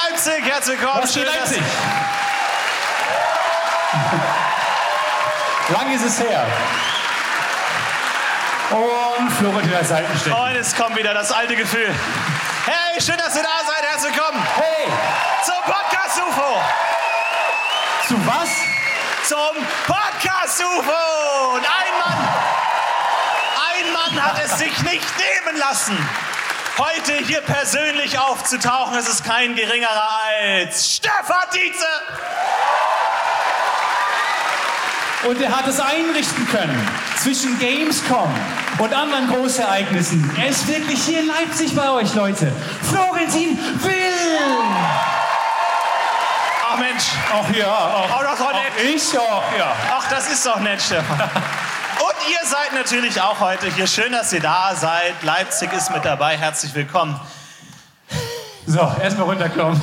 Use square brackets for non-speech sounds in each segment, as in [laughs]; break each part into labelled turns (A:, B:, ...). A: herzlich willkommen.
B: Was steht
A: Schön, dass-
B: Leipzig? Lang ist es her. Und Florian der Seitensteck.
A: Und es kommt wieder das alte Gefühl. Hey, schön, dass ihr da seid. Herzlich willkommen
B: Hey,
A: zum Podcast UFO.
B: zu was?
A: Zum Podcast UFO. Und ein Mann, ein Mann hat es sich nicht nehmen lassen, heute hier persönlich aufzutauchen. Es ist kein geringerer als Stefan Dietze.
B: Und er hat es einrichten können zwischen Gamescom und anderen Großereignissen. Er ist wirklich hier in Leipzig bei euch, Leute. Florentin Will!
A: Ach Mensch,
B: Ach ja, ach,
A: auch das heute
B: ach ich, ach ja.
A: Ach, das ist doch nett, Stefan. Und ihr seid natürlich auch heute hier. Schön, dass ihr da seid. Leipzig ist mit dabei. Herzlich willkommen.
B: So, erstmal runterkommen.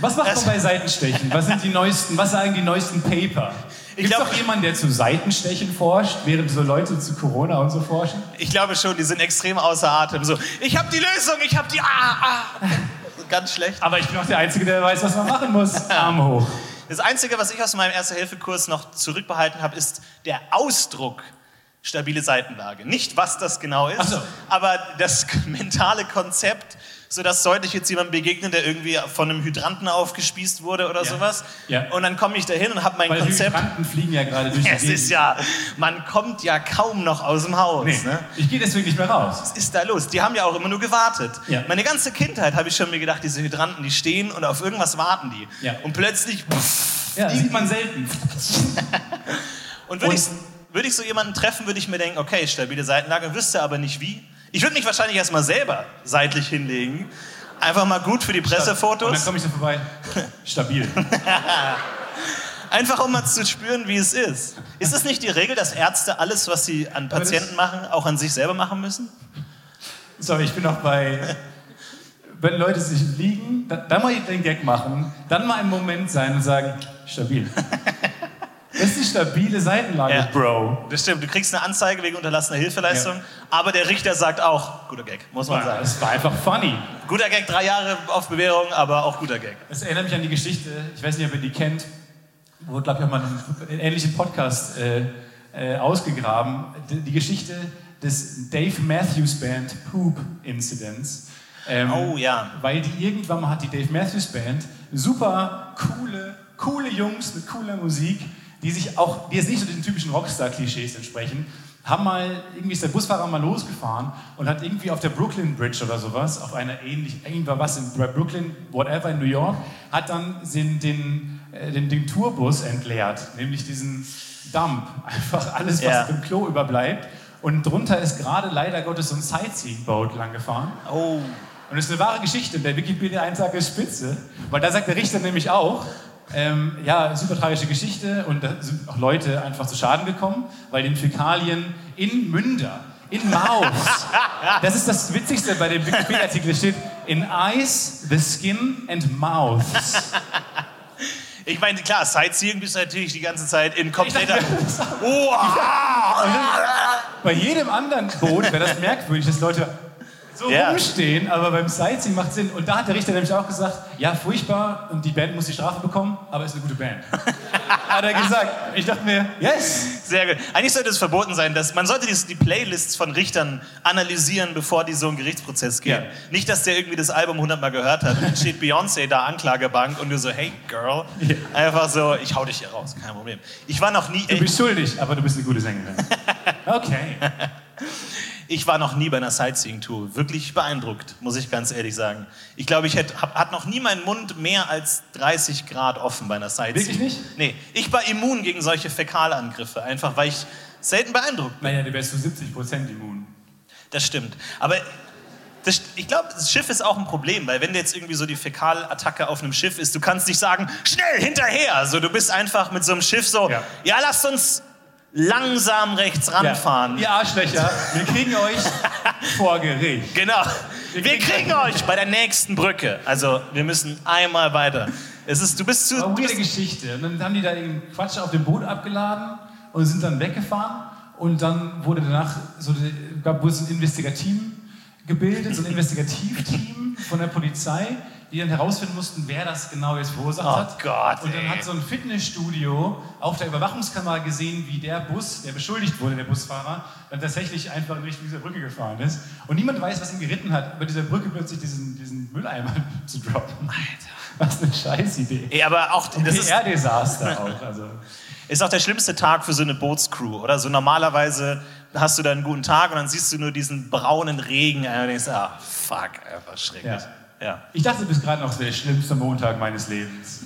B: Was macht
A: Also-
B: man bei Seitenstechen? Was sind die neuesten, was sagen die neuesten Paper?
A: Ich
B: Gibt es
A: glaub-
B: auch jemanden, der zu Seitenstechen forscht, während so Leute zu Corona und so forschen?
A: Ich glaube schon, die sind extrem außer Atem. So, ich habe die Lösung, ich habe die. Ah, ah. Ganz schlecht.
B: Aber ich bin auch der Einzige, der weiß, was man
A: [laughs]
B: machen muss. Arm hoch.
A: Das Einzige, was ich aus meinem Erste-Hilfe-Kurs noch zurückbehalten habe, ist der Ausdruck stabile Seitenlage. Nicht, was das genau
B: Ach
A: ist,
B: so.
A: aber das [laughs] mentale Konzept, sodass sollte ich jetzt jemandem begegnen, der irgendwie von einem Hydranten aufgespießt wurde oder sowas.
B: Ja.
A: Und dann komme ich dahin und habe mein
B: Weil
A: Konzept.
B: Hydranten fliegen ja gerade durch die
A: [laughs] Es
B: Gegend.
A: ist ja, man kommt ja kaum noch aus dem Haus.
B: nee,
A: Ne?
B: Ich gehe deswegen nicht mehr raus.
A: Was ist da los? Die haben ja auch immer nur gewartet.
B: Ja.
A: Meine ganze Kindheit habe ich schon mir gedacht, diese Hydranten, die stehen und auf irgendwas warten die.
B: Ja.
A: Und plötzlich. Pff,
B: Ja,
A: fliegen-
B: sieht man selten.
A: Und würde ich,
B: Und-
A: würde ich so jemanden treffen, würde ich mir denken, okay, stabile Seitenlage, wüsste aber nicht wie. Ich würde mich wahrscheinlich erstmal selber seitlich hinlegen. Einfach mal gut für die
B: Und dann
A: Pressefotos.
B: komme ich da
A: [laughs]
B: vorbei. Stabil.
A: Einfach um mal zu spüren, wie es ist. Ist es nicht die Regel, dass Ärzte alles, was sie an
B: das-
A: Patienten machen, auch an sich selber machen müssen?
B: Sorry, ich bin noch bei. Wenn Leute sich liegen, dann, dann mal den Gag machen, dann mal einen Moment sein und sagen, stabil. Das ist die stabile Seitenlage,
A: Ja.
B: Bro.
A: Das stimmt, du kriegst eine Anzeige wegen unterlassener Hilfeleistung,
B: Ja.
A: aber der Richter sagt auch, guter Gag, muss man sagen.
B: Das war einfach funny.
A: Guter Gag, drei Jahre auf Bewährung, aber auch guter Gag.
B: Das erinnert mich an die Geschichte, ich weiß nicht, ob ihr die kennt, wurde, glaube ich, auch mal in einem ähnlichen Podcast äh, äh, ausgegraben. Die, die Geschichte des Dave Matthews Band Poop Incidents. Ähm,
A: Oh ja.
B: Weil die irgendwann mal hat die Dave Matthews Band super coole, coole Jungs mit cooler Musik, die sich auch, die jetzt nicht so den typischen Rockstar-Klischees entsprechen, haben mal, irgendwie ist der Busfahrer mal losgefahren und hat irgendwie auf der Brooklyn Bridge oder sowas, auf einer ähnlichen, irgendwann was in bei Brooklyn, whatever, in New York, hat dann den, den, äh, den, den Tourbus entleert, nämlich diesen Dump, [laughs] einfach alles, was
A: Ja.
B: im Klo überbleibt. Und drunter ist gerade leider Gottes so ein Sightseeing-Boat langgefahren.
A: Oh.
B: Und das ist eine wahre Geschichte. Und der Wikipedia-Eintrag ist spitze, weil da sagt der Richter nämlich auch, ähm, ja, super tragische Geschichte und da sind auch Leute einfach zu Schaden gekommen, weil den Fäkalien in Münder, in Maus, das ist das Witzigste bei dem Wikipedia-Artikel, steht in Eyes, the Skin and Mouths.
A: Ich meine, klar, Sightseeing bist du natürlich die ganze Zeit in kompletter... [laughs] Oh,
B: Bei jedem anderen Boot wäre das merkwürdig, dass Leute so
A: Ja.
B: rumstehen, aber beim Sightseeing macht Sinn. Und da hat der Richter nämlich auch gesagt, ja, furchtbar, und die Band muss die Strafe bekommen, aber ist eine gute Band. hat er gesagt. Ich dachte mir, yes.
A: sehr gut. Eigentlich sollte es verboten sein, dass man sollte die, die Playlists von Richtern analysieren, bevor die so einen Gerichtsprozess gehen.
B: Ja.
A: Nicht, dass der irgendwie das Album hundertmal gehört hat und dann steht Beyoncé da Anklagebank und du so, hey Girl,
B: Ja.
A: einfach so, ich hau dich hier raus, kein Problem. Ich war noch nie,
B: Du bist schuldig, aber du bist eine gute Sängerin. Okay.
A: Ich war noch nie bei einer Sightseeing-Tour wirklich beeindruckt, muss ich ganz ehrlich sagen. Ich glaube, ich hätte, hab, hat noch nie meinen Mund mehr als 30 Grad offen bei einer Sightseeing.
B: Wirklich nicht?
A: Nee, ich war immun gegen solche Fäkalangriffe, einfach weil ich selten beeindruckt
B: Naja, du wärst zu 70% immun.
A: das stimmt. Aber das, ich glaube, das Schiff ist auch ein Problem, weil wenn jetzt irgendwie so die Fäkalattacke auf einem Schiff ist, du kannst nicht sagen, schnell, hinterher. So, du bist einfach mit so einem Schiff so, ja,
B: Ja.
A: lasst uns langsam rechts ranfahren.
B: Ihr Arschlöcher, wir kriegen euch vor Gericht.
A: Genau.
B: Wir
A: Wir
B: kriegen-
A: kriegen euch bei der nächsten Brücke. Also, wir müssen einmal weiter. Es ist, du bist zu.
B: Aber weirde Geschichte. Und dann haben die da irgendeinen Quatsch auf dem Boot abgeladen und sind dann weggefahren. Und dann wurde danach so, gab wurde so ein Investigativ gebildet, so ein Investigativteam von der Polizei, die dann herausfinden mussten, wer das genau jetzt verursacht
A: Oh
B: hat.
A: Gott,
B: Und dann
A: ey.
B: hat so ein Fitnessstudio auf der Überwachungskamera gesehen, wie der Bus, der beschuldigt wurde, der Busfahrer, dann tatsächlich einfach in Richtung dieser Brücke gefahren ist. Und niemand weiß, was ihn geritten hat, über dieser Brücke plötzlich diesen, diesen Mülleimer [laughs] zu droppen. Alter. Was eine Scheißidee.
A: Ey, aber auch das ist,
B: PR-Desaster auch. Also.
A: ist auch der schlimmste Tag für so eine Bootscrew, oder? So normalerweise hast du da einen guten Tag und dann siehst du nur diesen braunen Regen und denkst, ah, fuck, einfach schrecklich. Ja.
B: Ich dachte bis gerade noch, es wäre der schlimmste Montag meines Lebens.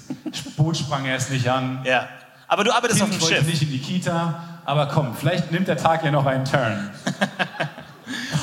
B: Boot sprang erst nicht an.
A: ja. Aber du arbeitest auf
B: Kind
A: dem
B: wollte
A: Schiff.
B: nicht in die Kita. Aber komm, vielleicht nimmt der Tag ja noch einen Turn.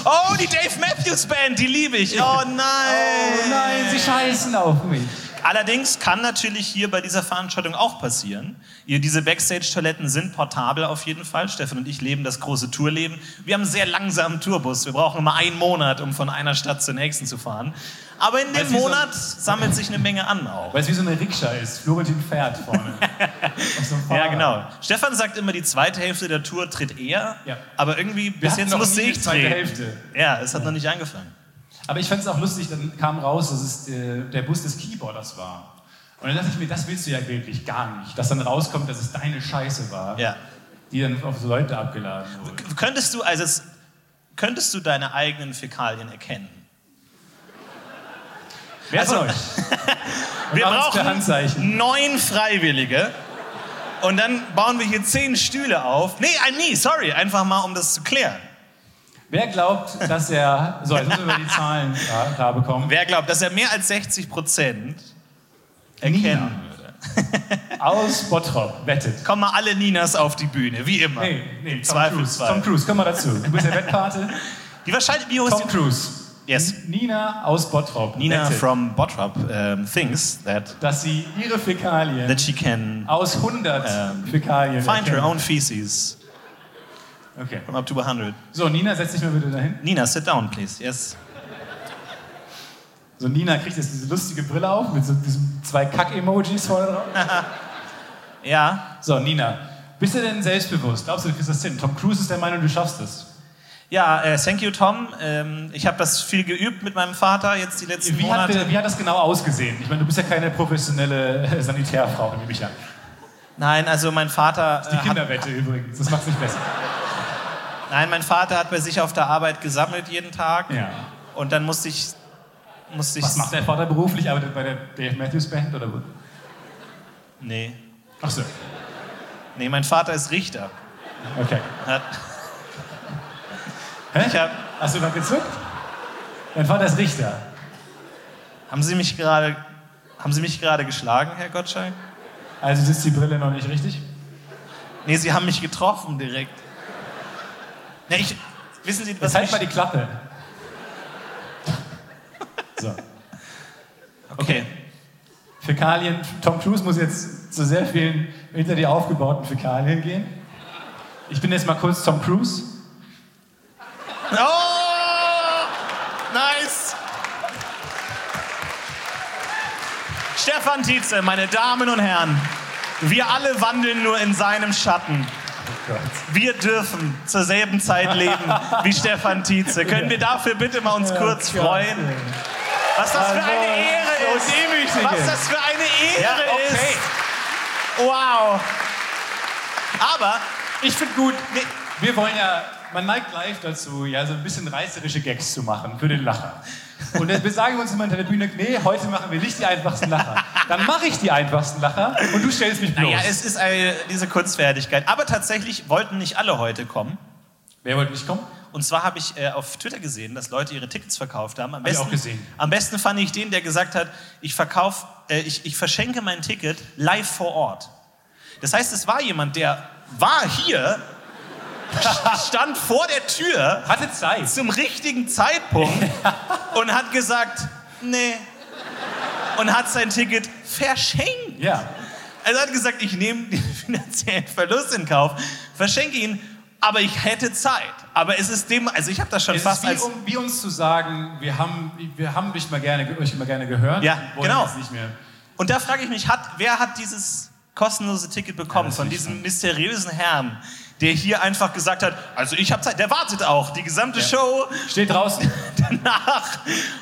A: Oh, die Dave Matthews Band, die liebe ich. Oh nein.
B: Oh nein, sie scheißen auf mich.
A: Allerdings kann natürlich hier bei dieser Veranstaltung auch passieren. Ihr, diese Backstage-Toiletten sind portabel auf jeden Fall. Steffen und ich leben das große Tourleben. Wir haben einen sehr langsamen Tourbus. Wir brauchen immer einen Monat, um von einer Stadt zur nächsten zu fahren. Aber in dem
B: Weißt du, so-
A: Monat sammelt sich eine Menge an auch.
B: Weil es wie so eine Rikscha ist. Florentin fährt
A: [laughs]
B: vorne. Auf so einem
A: Ja,
B: Fahrrad.
A: genau. Stefan sagt immer, die zweite Hälfte der Tour tritt er.
B: Ja.
A: Aber irgendwie,
B: Wir
A: bis
B: hatten
A: jetzt
B: noch
A: musste
B: nie die
A: ich
B: zweite
A: treten.
B: Hälfte.
A: Ja, es hat noch nicht angefangen.
B: Aber ich fand es auch lustig, dann kam raus, dass es äh, der Bus des Keyboarders war. Und dann dachte ich mir, das willst du ja wirklich gar nicht. Dass dann rauskommt, dass es deine Scheiße war,
A: Ja.
B: die dann auf so Leute abgeladen wurde.
A: Könntest du, also es, könntest du deine eigenen Fäkalien erkennen?
B: Wer
A: Also-
B: von euch? [laughs] Und
A: Wir
B: macht uns per
A: brauchen
B: Handzeichen.
A: neun Freiwillige. Und dann bauen wir hier zehn Stühle auf. Nee, ein- nee, sorry, einfach mal, um das zu klären.
B: Wer glaubt, dass er. So, jetzt müssen wir die Zahlen da, da bekommen.
A: Wer glaubt, dass er mehr als 60 Prozent
B: Nina
A: erkennen würde?
B: [laughs] aus Bottrop wettet.
A: Kommen mal alle Ninas auf die Bühne, wie immer.
B: Nee, nee, Tom
A: Zweifelsfall.
B: Cruise. Tom Cruise, komm mal dazu. Du bist der [laughs] Wettpate.
A: Die Wahrscheinlichkeit, wie hoch ist
B: Tom
A: die?
B: Cruise.
A: Yes.
B: Nina aus Bottrop
A: Nina
B: wettet,
A: from Bottrop ähm, thinks that,
B: dass sie ihre Fäkalien
A: that she can
B: aus 100
A: Ähm,
B: Fäkalien
A: find her
B: erkennen.
A: own feces
B: Okay.
A: from up to 100.
B: So, Nina, setz dich mal bitte dahin.
A: Nina, sit down, please. Yes.
B: So, Nina kriegt jetzt diese lustige Brille auf mit so diesen zwei Kack-Emojis vorne drauf.
A: Ja.
B: So, Nina, bist du denn selbstbewusst? Glaubst du, du kriegst das hin? Tom Cruise ist der Meinung, du schaffst es.
A: Ja, äh, thank you, Tom. Ähm, ich habe das viel geübt mit meinem Vater jetzt die letzten
B: Wie hat,
A: Monate.
B: wie hat das genau ausgesehen? Ich meine, du bist ja keine professionelle äh, Sanitärfrau, nehme ich an.
A: Nein, also mein Vater,
B: Die
A: äh, hat,
B: Kinderwette übrigens, das macht's nicht besser.
A: nein, mein Vater hat bei sich auf der Arbeit gesammelt jeden Tag.
B: Ja.
A: Und dann musste ich, musste ich.
B: Was macht der Vater beruflich? Arbeitet bei der Dave Matthews Band oder wo?
A: Nee,
B: Ach so,
A: nee, mein Vater ist Richter.
B: okay.
A: Hat, [laughs]
B: Hä?
A: Ich hab-
B: Hast du gerade gezückt? Dein Vater ist Richter.
A: haben Sie mich gerade, haben Sie mich gerade geschlagen, Herr Gottschalk?
B: Also sitzt die Brille noch nicht richtig?
A: Nee, Sie haben mich getroffen direkt. Nee, ich, wissen Sie, was
B: Jetzt halt
A: mich-
B: mal die Klappe. So.
A: okay.
B: Fäkalien. Tom Cruise muss jetzt zu sehr vielen hinter die aufgebauten Fäkalien gehen. Ich bin jetzt mal kurz Tom Cruise.
A: Oh! Nice! Stefan Tietze, meine Damen und Herren, wir alle wandeln nur in seinem Schatten. Wir dürfen zur selben Zeit leben
B: [laughs]
A: wie Stefan Tietze. Können wir dafür bitte mal
B: Äh,
A: uns kurz
B: Ja, Also,
A: freuen? Was das für eine Ehre
B: So
A: ist!
B: demütigend.
A: Was das für eine
B: Ja,
A: Ehre
B: okay.
A: ist! Wow! Aber
B: Ich finde gut, nee, wir wollen ja, man neigt live dazu, ja, so ein bisschen reißerische Gags zu machen für den Lacher. Und jetzt wir sagen uns immer hinter der Bühne, nee, heute machen wir nicht die einfachsten Lacher. Dann mache ich die einfachsten Lacher und du stellst mich bloß.
A: Ah ja, es ist eine, diese Kurzfertigkeit. Aber tatsächlich wollten nicht alle heute kommen.
B: Wer wollte nicht kommen?
A: Und zwar habe ich äh, auf Twitter gesehen, dass Leute ihre Tickets verkauft haben. Am
B: ich
A: besten,
B: auch gesehen.
A: Am besten fand ich den, der gesagt hat, ich, verkauf, äh, ich, ich verschenke mein Ticket live vor Ort. Das heißt, es war jemand, der war hier, [laughs] stand vor der Tür
B: Hatte Zeit.
A: zum richtigen
B: [laughs]
A: Zeitpunkt und hat gesagt, nee. Und hat sein Ticket verschenkt.
B: Ja.
A: Also er hat gesagt, ich nehme den [laughs] finanziellen Verlust in Kauf, verschenke ihn, aber ich hätte Zeit. Aber es ist dem, also ich habe das schon
B: Es
A: fast
B: ist wie,
A: als,
B: um, wie uns zu sagen, wir haben, wir haben dich mal gerne, ge- euch mal gerne gehört.
A: Ja,
B: und wollen
A: genau.
B: jetzt Nicht mehr.
A: Und da frage ich mich, hat, wer hat dieses kostenlose Ticket bekommen
B: das
A: von
B: will ich
A: diesem mysteriösen Herrn, der hier einfach gesagt hat, also ich habe Zeit, der wartet auch die gesamte
B: Ja.
A: Show [laughs]
B: Steht draußen.
A: danach,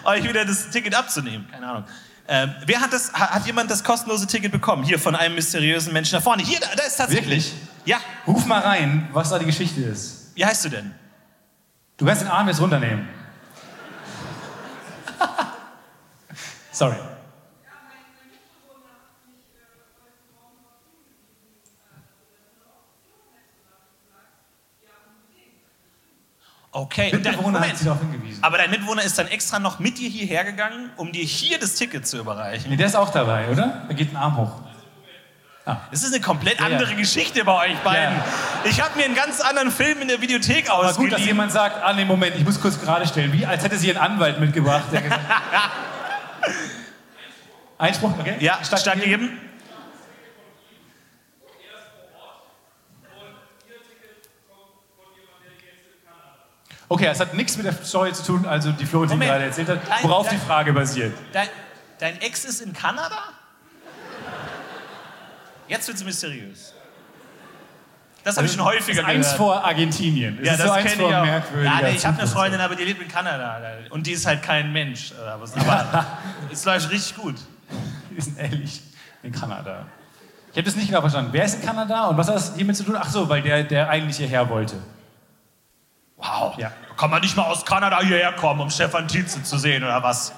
A: euch wieder das Ticket abzunehmen. Keine Ahnung. Ähm, wer hat das, ha- hat jemand das kostenlose Ticket bekommen? Hier von einem mysteriösen Menschen da vorne. Hier, da, da ist tatsächlich.
B: Wirklich?
A: Ja,
B: Ruf mal rein, was da die Geschichte ist.
A: wie heißt du denn?
B: Du kannst den Arm jetzt runternehmen. Sorry.
A: Okay,
B: Mit
A: dein-
B: Corona hat
A: Moment.
B: sie darauf hingewiesen.
A: aber dein Mitbewohner ist dann extra noch mit dir hierher gegangen, um dir hier das Ticket zu überreichen.
B: Nee, der ist auch dabei, oder? Da geht ein Arm hoch.
A: Das ist eine komplett
B: ja.
A: andere Geschichte bei euch beiden.
B: Ja.
A: Ich habe mir einen ganz anderen Film in der Videothek
B: Aber gut, dass
A: ausgeliehen.
B: jemand sagt, ah nee, Moment, ich muss kurz gerade stellen. Wie, als hätte sie einen Anwalt mitgebracht. Der gesagt, Einspruch, okay?
A: Ja, stark gegeben.
B: Okay, es hat nichts mit der Story zu tun, also die Flo, die
A: Moment.
B: gerade erzählt hat,
A: Nein,
B: worauf
A: nein.
B: die Frage basiert.
A: Dein, dein Ex ist in Kanada? Jetzt wird's mysteriös. Das habe ich schon häufiger
B: Das ist Eins
A: gehört.
B: vor Argentinien. Es
A: ja,
B: ist
A: das
B: so eins
A: kenne
B: vor
A: ich auch.
B: merkwürdiger
A: Ja, nee, ich habe eine
B: Zukunft.
A: Freundin, aber die lebt in Kanada. Und die ist halt kein Mensch. Aber
B: [laughs]
A: aber es läuft richtig gut.
B: Wir sind ehrlich. In Kanada. Ich habe das nicht genau verstanden. Wer ist in Kanada und was hat das hiermit zu tun? Ach so, weil der, der eigentlich hierher wollte.
A: Wow.
B: Ja.
A: Kann man nicht mal aus Kanada hierher kommen, um Stefan Tietze zu sehen oder was?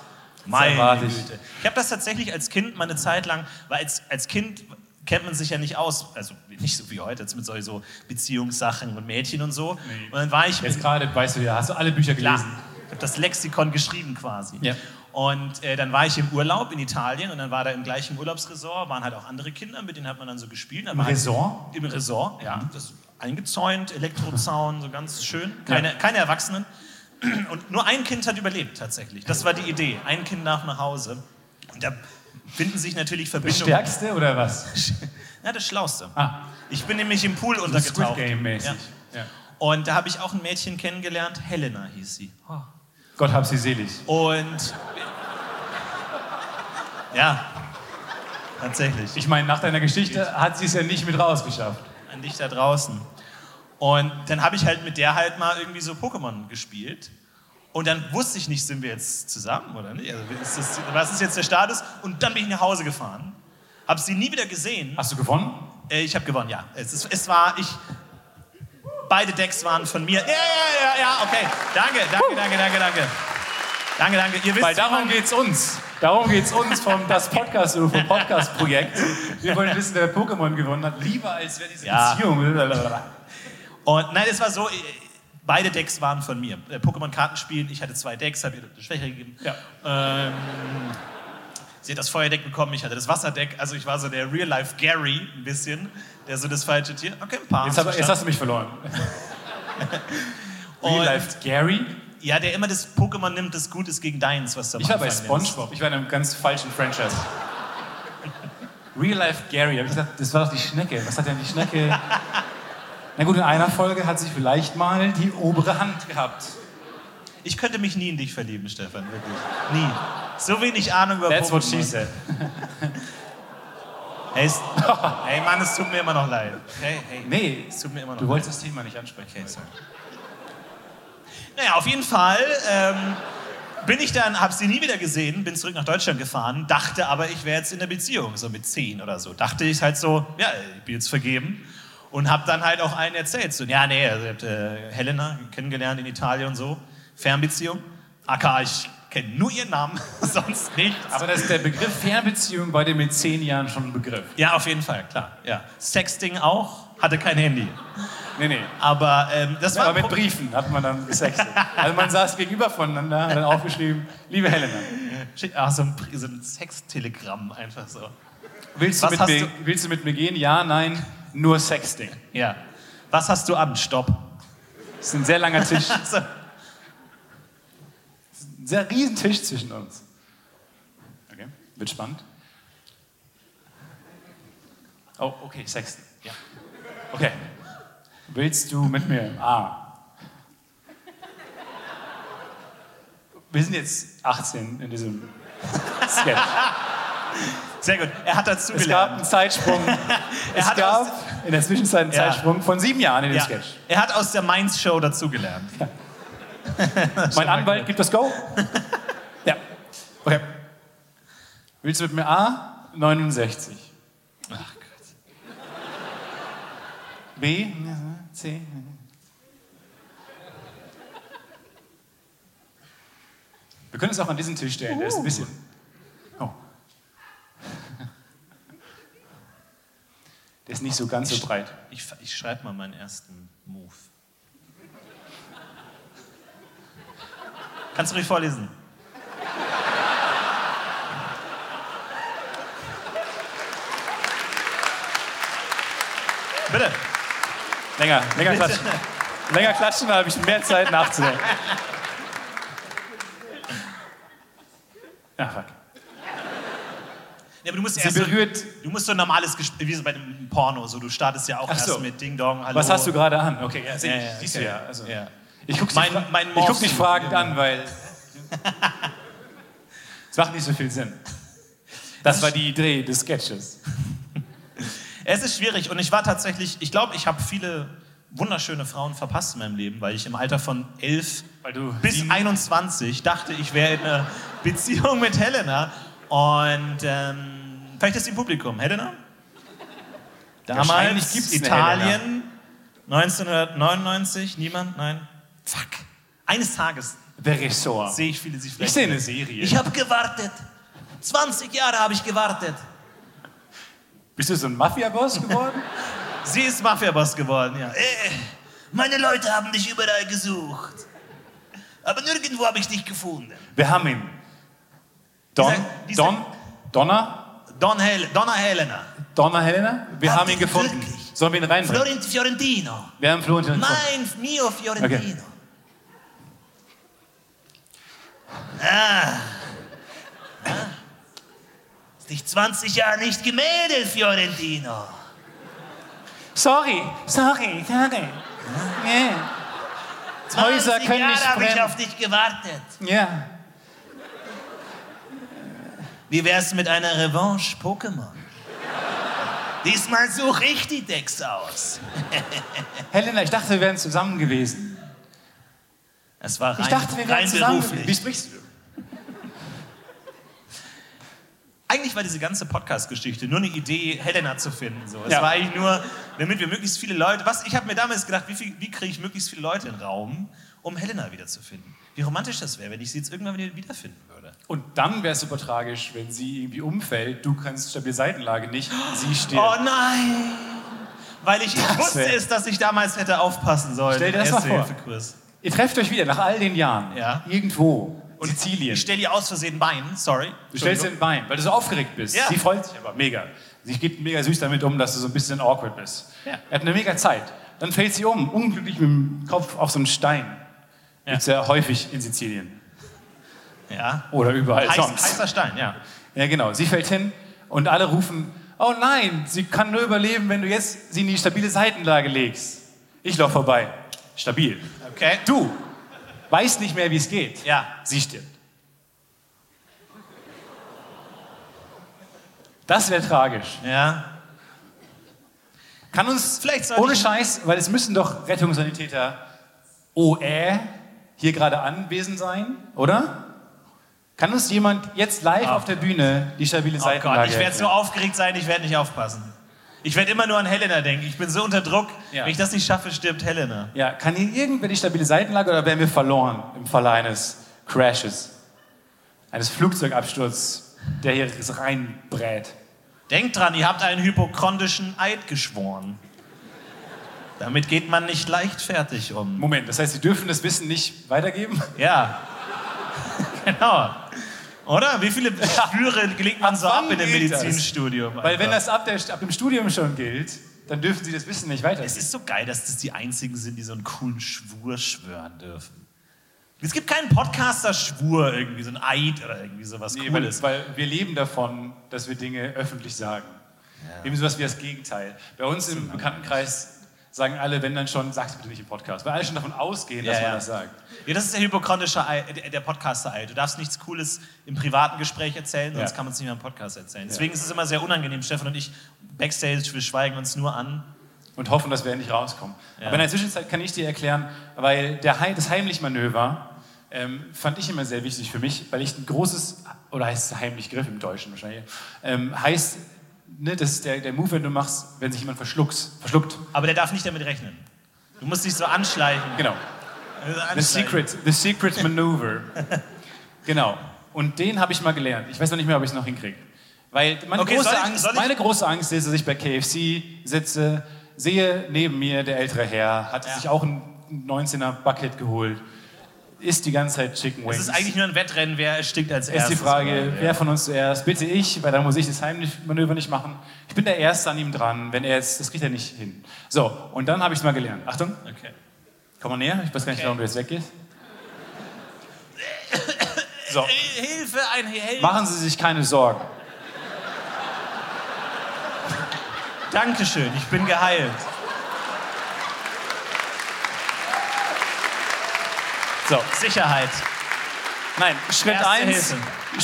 A: Meine
B: erwarte ich.
A: Güte. Ich habe das tatsächlich als Kind mal eine Zeit lang, weil als, als Kind kennt man sich ja nicht aus, also nicht so wie heute, jetzt mit solchen so Beziehungssachen und Mädchen und so. Und dann war ich
B: Jetzt gerade, weißt du ja, hast du alle Bücher
A: Klar.
B: gelesen?
A: Ich habe das Lexikon geschrieben quasi.
B: Ja.
A: Und äh, dann war ich im Urlaub in Italien und dann war da im gleichen Urlaubsresort, waren halt auch andere Kinder, mit denen hat man dann so gespielt. Dann
B: Im
A: war halt-
B: Ressort?
A: Im Ressort,
B: Mhm.
A: ja. Das ist eingezäunt, Elektrozaun, so ganz schön. Keine, keine Erwachsenen. Und nur ein Kind hat überlebt tatsächlich. Das war die Idee. Ein Kind nach nach Hause. Und da finden sich natürlich
B: Das
A: Verbindungen.
B: Stärkste oder was?
A: [laughs] Na, das Schlauste.
B: Ah,
A: Ich bin nämlich im Pool
B: so Squid
A: untergetaucht.
B: Game-mäßig.
A: Ja.
B: Ja.
A: Und da habe ich auch ein Mädchen kennengelernt. Helena hieß sie.
B: Gott hab sie selig. [laughs]
A: Und ja, tatsächlich.
B: Ich meine, nach deiner Geschichte hat sie es ja nicht mit rausgeschafft.
A: An dich da draußen. Und dann habe ich halt mit der halt mal irgendwie so Pokémon gespielt. Und dann wusste ich nicht, sind wir jetzt zusammen oder nicht? Also ist das, was ist jetzt der Status? Und dann bin ich nach Hause gefahren. Habe sie nie wieder gesehen.
B: Hast du gewonnen?
A: Äh, ich habe gewonnen, ja. Es, ist, es war, ich. Beide Decks waren von mir. Ja, ja, ja, ja, okay. Danke, danke, danke, danke, danke. Danke, danke. Ihr wisst,
B: Weil
A: wie man-
B: darum geht's uns. Darum geht's uns vom das Podcast vom Podcast Projekt. Wir wollen wissen, wer Pokémon gewonnen hat, lieber als wer diese
A: Ja.
B: Beziehung.
A: Und nein, es war so, äh, beide Decks waren von mir. Äh, Pokémon-Kartenspielen, ich hatte zwei Decks, habe ihr das Schwächere gegeben.
B: Ja.
A: Ähm, sie hat das Feuerdeck bekommen, ich hatte das Wasserdeck. Also ich war so der Real-Life Gary ein bisschen, der so das falsche Tier. Okay, ein paar.
B: Jetzt,
A: haben
B: hab, jetzt
A: verstanden.
B: hast du mich verloren.
A: Und-
B: Real Life Gary.
A: Ja, der immer das Pokémon nimmt, das Gutes gegen deins, was da
B: Ich war bei SpongeBob. Ich war in einem ganz falschen Franchise. Real Life Gary. Da hab ich gesagt, das war doch die Schnecke. Was hat denn die Schnecke? Na gut, in einer Folge hat sie vielleicht mal die obere Hand gehabt.
A: Ich könnte mich nie in dich verlieben, Stefan, wirklich. Nie. So wenig Ahnung über
B: That's what she
A: Pokémon.
B: said.
A: Hey,
B: [laughs]
A: es- hey, Mann, es tut mir immer noch leid. Hey, hey.
B: Nee,
A: Es tut mir immer noch
B: du
A: leid.
B: wolltest das Thema nicht ansprechen.
A: Okay, sorry. Naja, auf jeden Fall ähm, bin ich dann, habe sie nie wieder gesehen, bin zurück nach Deutschland gefahren, dachte aber, ich wäre jetzt in der Beziehung, so mit zehn oder so. Dachte ich halt so, ja, ich bin jetzt vergeben und habe dann halt auch allen erzählt. So, ja, nee, also, ihr habt äh, Helena kennengelernt in Italien und so, Fernbeziehung. Aka, ich kenne nur ihren Namen, [laughs] sonst nichts.
B: Aber das, der Begriff Fernbeziehung war dir mit zehn Jahren schon ein Begriff.
A: ja, auf jeden Fall, klar. Ja. Sexting auch, hatte kein Handy.
B: Nee, nee.
A: Aber ähm, das war
B: Aber
A: ein
B: mit
A: Pro-
B: Briefen hat man dann gesextet. Also man saß gegenüber voneinander, hat dann aufgeschrieben, liebe Helena,
A: Schick- Ach, so ein, Pri- so ein Sextelegramm einfach so.
B: willst du,
A: Was
B: mit
A: hast
B: mir,
A: du-
B: willst du mit mir gehen? Ja, nein, nur Sexting.
A: Ja. Was hast du an? Stopp.
B: Das ist ein sehr langer Tisch,
A: Also,
B: ein sehr riesen Tisch zwischen uns. Okay, wird spannend. Oh, okay, Sexten. Ja. Okay. Willst du mit mir? Ah. Wir sind jetzt 18 in diesem Sketch.
A: sehr gut. Er hat dazu
B: Es gab
A: gelernt.
B: einen
A: [laughs]
B: Zeitsprung. es
A: hat aus-
B: gab in der Zwischenzeit einen
A: Ja.
B: Zeitsprung von sieben Jahren in dem
A: Ja.
B: Sketch.
A: Er hat aus der Mainz-Show dazugelernt.
B: Mein Anwalt gibt das Go. ja. Okay. Willst du mit mir A? 69. Ach Gott. B? C? Wir können es auch an diesen Tisch stellen, der ist ein bisschen. Oh. Der ist nicht so ganz so breit.
A: Ich, ich schreibe mal meinen ersten Move. Kannst du mich vorlesen? Bitte.
B: Länger,
A: [laughs]
B: länger klatschen. Länger klatschen, da habe ich mehr Zeit nachzudenken. Ja, fuck.
A: Ja, aber du musst
B: Sie
A: erst so,
B: berührt.
A: du musst so ein normales Gespräch, wie so bei einem Porno, so du startest ja auch
B: Ach
A: erst
B: so.
A: mit Ding Dong, hallo.
B: Was hast du gerade an? Okay, ja,
A: Ja, ja,
B: siehst
A: okay.
B: du ja. Also.
A: Ja.
B: Ich guck dich,
A: Mein-
B: fra-
A: mein
B: ich guck dich
A: Morph-
B: fragend an, weil. Es macht nicht so viel Sinn. Das war die Idee des Sketches.
A: Es ist schwierig und ich war tatsächlich, ich glaube, ich habe viele wunderschöne Frauen verpasst in meinem Leben, weil ich im Alter von 11
B: Weil du
A: bis
B: die-
A: 21 dachte, ich wäre in einer Beziehung mit Helena und ähm, vielleicht ist sie im Publikum. Helena?
B: Wahrscheinlich
A: Damals
B: gibt's eine
A: Italien, 1999, niemand? Nein? Fuck. Eines Tages
B: The Ressort.
A: sehe ich viele sie vielleicht.
B: Ich sehe eine Serie.
A: Ich habe gewartet. 20 Jahre habe ich gewartet.
B: Bist du so ein Mafia-Boss geworden?
A: Sie ist Mafia-Boss geworden, ja. Äh, meine Leute haben dich überall gesucht. Aber nirgendwo habe ich dich gefunden.
B: Wir haben ihn. Don,
A: Dieser- dieser-
B: Don, Donna,
A: Don Hel Donna Helena.
B: Donna Helena? Wir
A: Hat
B: haben ihn
A: die
B: gefunden.
A: wirklich?
B: Sollen wir ihn reinbringen?
A: Florin Fiorentino.
B: Wir haben Flo und Jonas.
A: Mein mio Fiorentino. Ah. Ah. Ist dich 20 Jahre nicht gemeldet, Fiorentino.
B: Sorry, sorry, sorry. Nee. Häuser
A: 20
B: können
A: Jahre
B: nicht
A: habe ich
B: brennen.
A: auf dich gewartet.
B: Ja.
A: Wie wär's mit einer Revanche Pokémon? Diesmal suche ich die Decks aus.
B: Helena, ich dachte, wir wären zusammen gewesen.
A: Es war rein,
B: Ich dachte, wir wären
A: rein
B: zusammen
A: beruflich.
B: Wie sprichst du?
A: Eigentlich war diese ganze Podcast-Geschichte nur eine Idee, Helena zu finden. So. Es
B: Ja.
A: war eigentlich nur, damit wir möglichst viele Leute. Was, ich habe mir damals gedacht, wie, viel- wie kriege ich möglichst viele Leute in den Raum, um Helena wiederzufinden? Wie romantisch das wäre, wenn ich sie jetzt irgendwann wieder wiederfinden würde.
B: Und dann wäre es super tragisch, wenn sie irgendwie umfällt, du kannst stabile Seitenlage nicht, sie steht.
A: Oh nein! Weil ich
B: Das
A: wusste
B: wär-
A: es, dass ich damals hätte aufpassen sollen.
B: Stell dir das mal vor.
A: Erste-Hilfe-Kurs.
B: Ihr trefft euch wieder nach all den Jahren.
A: Ja.
B: Irgendwo.
A: Und
B: Sizilien.
A: Ich stell dir aus Versehen Bein, sorry.
B: Du stellst dir ein Bein, weil du so aufgeregt bist.
A: Ja.
B: Sie freut sich aber mega. Sie geht mega süß damit um, dass du so ein bisschen awkward bist.
A: Ja.
B: Er hat eine mega Zeit. Dann fällt sie um, unglücklich mit dem Kopf auf so einen Stein.
A: Ja.
B: Gibt's ja häufig in Sizilien.
A: Ja.
B: Oder überall
A: Heiß,
B: sonst.
A: heißer Stein, ja.
B: Ja, genau. Sie fällt hin und alle rufen: Oh nein, sie kann nur überleben, wenn du jetzt sie in die stabile Seitenlage legst. Ich laufe vorbei. Stabil.
A: Okay.
B: Du weißt nicht mehr, wie es geht.
A: Ja.
B: Sie stirbt. Das wäre tragisch.
A: Ja.
B: Kann uns
A: Vielleicht soll
B: ohne
A: ich-
B: Scheiß, weil es müssen doch Rettungssanitäter OE hier gerade anwesend sein, oder? Kann uns jemand jetzt live
A: Ah.
B: auf der Bühne die stabile
A: Oh Gott,
B: Seitenlage
A: ich werde so aufgeregt sein, ich werde nicht aufpassen. Ich werde immer nur an Helena denken. Ich bin so unter Druck.
B: Ja.
A: Wenn ich das nicht schaffe, stirbt Helena.
B: Ja, kann hier irgendwer die stabile Seitenlage oder wären wir verloren im Falle eines Crashes? Eines Flugzeugabsturzes, der hier reinbrät.
A: Denkt dran, ihr habt einen hypochondrischen Eid geschworen. Damit geht man nicht leichtfertig um.
B: Moment, das heißt, Sie dürfen das Wissen nicht weitergeben?
A: Ja. [laughs] genau. Oder? Wie viele Schwüre legt man so
B: Ab wann
A: ab in dem
B: gilt das?
A: Medizinstudium?
B: Weil wenn
A: Alter?
B: das ab, der, ab dem Studium schon gilt, dann dürfen Sie das Wissen nicht
A: Es
B: weitergeben.
A: ist so geil, dass das die einzigen sind, die so einen coolen Schwur schwören dürfen. Es gibt keinen Podcaster-Schwur irgendwie, so ein Eid oder irgendwie sowas
B: Nee, weil,
A: Cooles.
B: weil wir leben davon, dass wir Dinge öffentlich sagen. Ebenso was wie das Gegenteil. Bei uns im Bekanntenkreis sagen alle, wenn dann schon, sag's bitte nicht im Podcast. Weil alle schon davon ausgehen, dass
A: Ja,
B: man
A: ja.
B: das sagt.
A: Ja, das ist der hypochondrische Eid, äh, der Podcaster Eid. Du darfst nichts Cooles im privaten Gespräch erzählen, sonst
B: Ja.
A: kann man es nicht mehr im Podcast erzählen. Deswegen ist es immer sehr unangenehm, Stefan und ich backstage, wir schweigen uns nur an.
B: und hoffen, dass wir nicht rauskommen.
A: Ja.
B: Aber in der Zwischenzeit kann ich dir erklären, weil der Hei das Heimlichmanöver ähm, fand ich immer sehr wichtig für mich, weil ich ein großes, oder heißt es heimlich Griff im Deutschen wahrscheinlich, ähm, heißt, ne, das ist der, der Move, wenn du machst, wenn sich jemand verschluckt. verschluckt.
A: Aber der darf nicht damit rechnen. Du musst dich so anschleichen.
B: Genau. The Secret, the secret
A: [laughs]
B: Maneuver. genau. Und den habe ich mal gelernt. Ich weiß noch nicht mehr, ob ich es noch hinkriege. Weil meine,
A: Okay,
B: große
A: soll ich-
B: Angst,
A: soll ich-
B: meine große Angst ist, dass ich bei KFC sitze, sehe neben mir der ältere Herr, hat
A: Ja.
B: sich auch ein 19er Bucket geholt, isst die ganze Zeit Chicken Wings.
A: Es ist eigentlich nur ein Wettrennen, wer erstickt als
B: Ist
A: erstes.
B: die Frage,
A: Mal, ja.
B: wer von uns zuerst? Bitte ich, weil dann muss ich das Heimmanöver nicht machen. Ich bin der Erste an ihm dran, wenn er jetzt, das kriegt er nicht hin. So, und dann habe ich es mal gelernt. Achtung,
A: Okay.
B: komm mal näher, ich weiß gar nicht,
A: Okay.
B: warum du jetzt weggehst. So,
A: Äh, Hilfe, ein Held.
B: machen Sie sich keine Sorgen.
A: Dankeschön, ich bin geheilt.
B: So,
A: Sicherheit.
B: nein, Schritt
A: Erste
B: 1.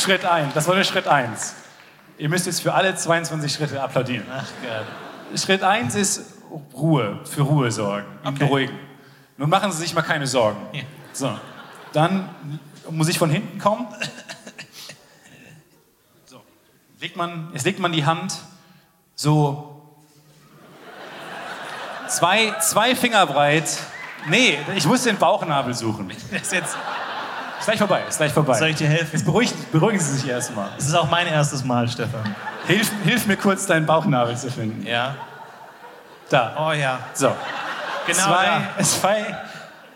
B: Schritt 1, das war der Schritt 1. Ihr müsst jetzt für alle 22 Schritte applaudieren.
A: Ach Gott.
B: Schritt 1 ist Ruhe, für Ruhe sorgen, ihn
A: Okay.
B: beruhigen. Nun machen Sie sich mal keine Sorgen.
A: Ja.
B: So, dann muss ich von hinten kommen. So, legt man, jetzt legt man die Hand so zwei, zwei Finger breit. Nee, ich muss den Bauchnabel suchen.
A: Das ist jetzt,
B: Ist gleich vorbei, ist gleich vorbei.
A: soll ich dir helfen?
B: Jetzt beruhigen, beruhigen Sie sich erstmal.
A: Das ist auch mein erstes Mal, Stefan.
B: Hilf, hilf mir kurz, deinen Bauchnabel zu finden.
A: Ja.
B: Da,
A: Oh ja.
B: so.
A: Genau.
B: zwei,
A: da.
B: zwei
A: Nicht,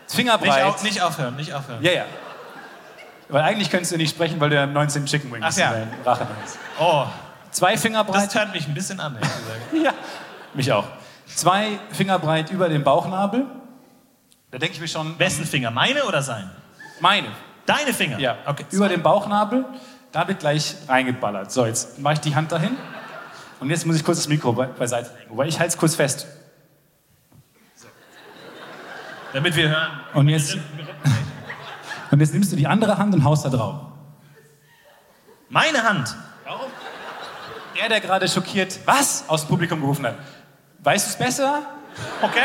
B: Fingerbreit.
A: au nicht aufhören, nicht aufhören.
B: Ja, ja. Weil eigentlich könntest du nicht sprechen, weil du ja 19 Chicken Wings
A: Ach ja.
B: in deinem Rachen hast.
A: Oh,
B: Zwei Finger
A: das
B: breit.
A: tönt mich ein bisschen an, ehrlich [laughs] gesagt.
B: Ja, mich auch. Zwei Finger breit über dem Bauchnabel. Da denke ich mir schon,
A: Wessen Finger? Meine oder sein?
B: meine.
A: Deine Finger?
B: Ja,
A: Okay.
B: über den Bauchnabel. Da wird gleich reingeballert. So, jetzt mache ich die Hand dahin. Und jetzt muss ich kurz das Mikro be beiseite legen. Wobei ich halte es kurz fest.
A: Damit wir hören.
B: Und jetzt, und jetzt nimmst du die andere Hand und haust da drauf.
A: Meine Hand.
B: Warum? Der, der gerade schockiert, was? Aus dem Publikum gerufen hat. Weißt du es besser?
A: Okay.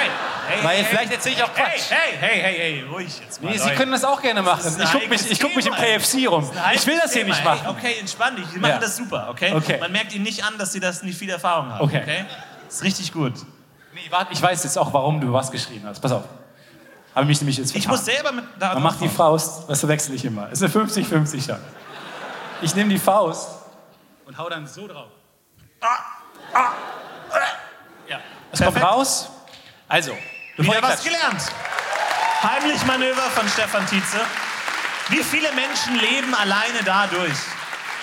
A: Hey,
B: Weil vielleicht erzähle ich auch
A: Hey,
B: Quatsch.
A: hey, hey, hey, hey, ruhig jetzt mal.
B: Nee, Sie
A: Leute.
B: können das auch gerne machen.
A: ein
B: Ich gucke mich,
A: eigenes
B: ich guck mich im
A: Thema.
B: KFC rum. Ich will das hier
A: Thema,
B: nicht
A: ey.
B: machen.
A: Okay, entspann dich. Sie machen
B: Ja.
A: das super, okay?
B: Okay.
A: Man merkt ihnen nicht an, dass sie das nicht viel Erfahrung haben.
B: Okay.
A: Ist richtig gut.
B: Nee, warte, ich weiß jetzt auch, warum du was geschrien hast. Pass auf. Habe mich nämlich jetzt
A: Ich
B: vertan.
A: muss selber mit. Da
B: Man macht die Faust, das verwechsel ich immer. Ist eine 50-50 Chance. Ich nehme die Faust und hau dann so drauf. Ja, es kommt
A: Perfekt.
B: raus. Also, bevor
A: Wieder
B: ihr
A: was
B: klatscht.
A: gelernt. Heimlichmanöver von Stefan Tietze. Wie viele Menschen leben alleine dadurch?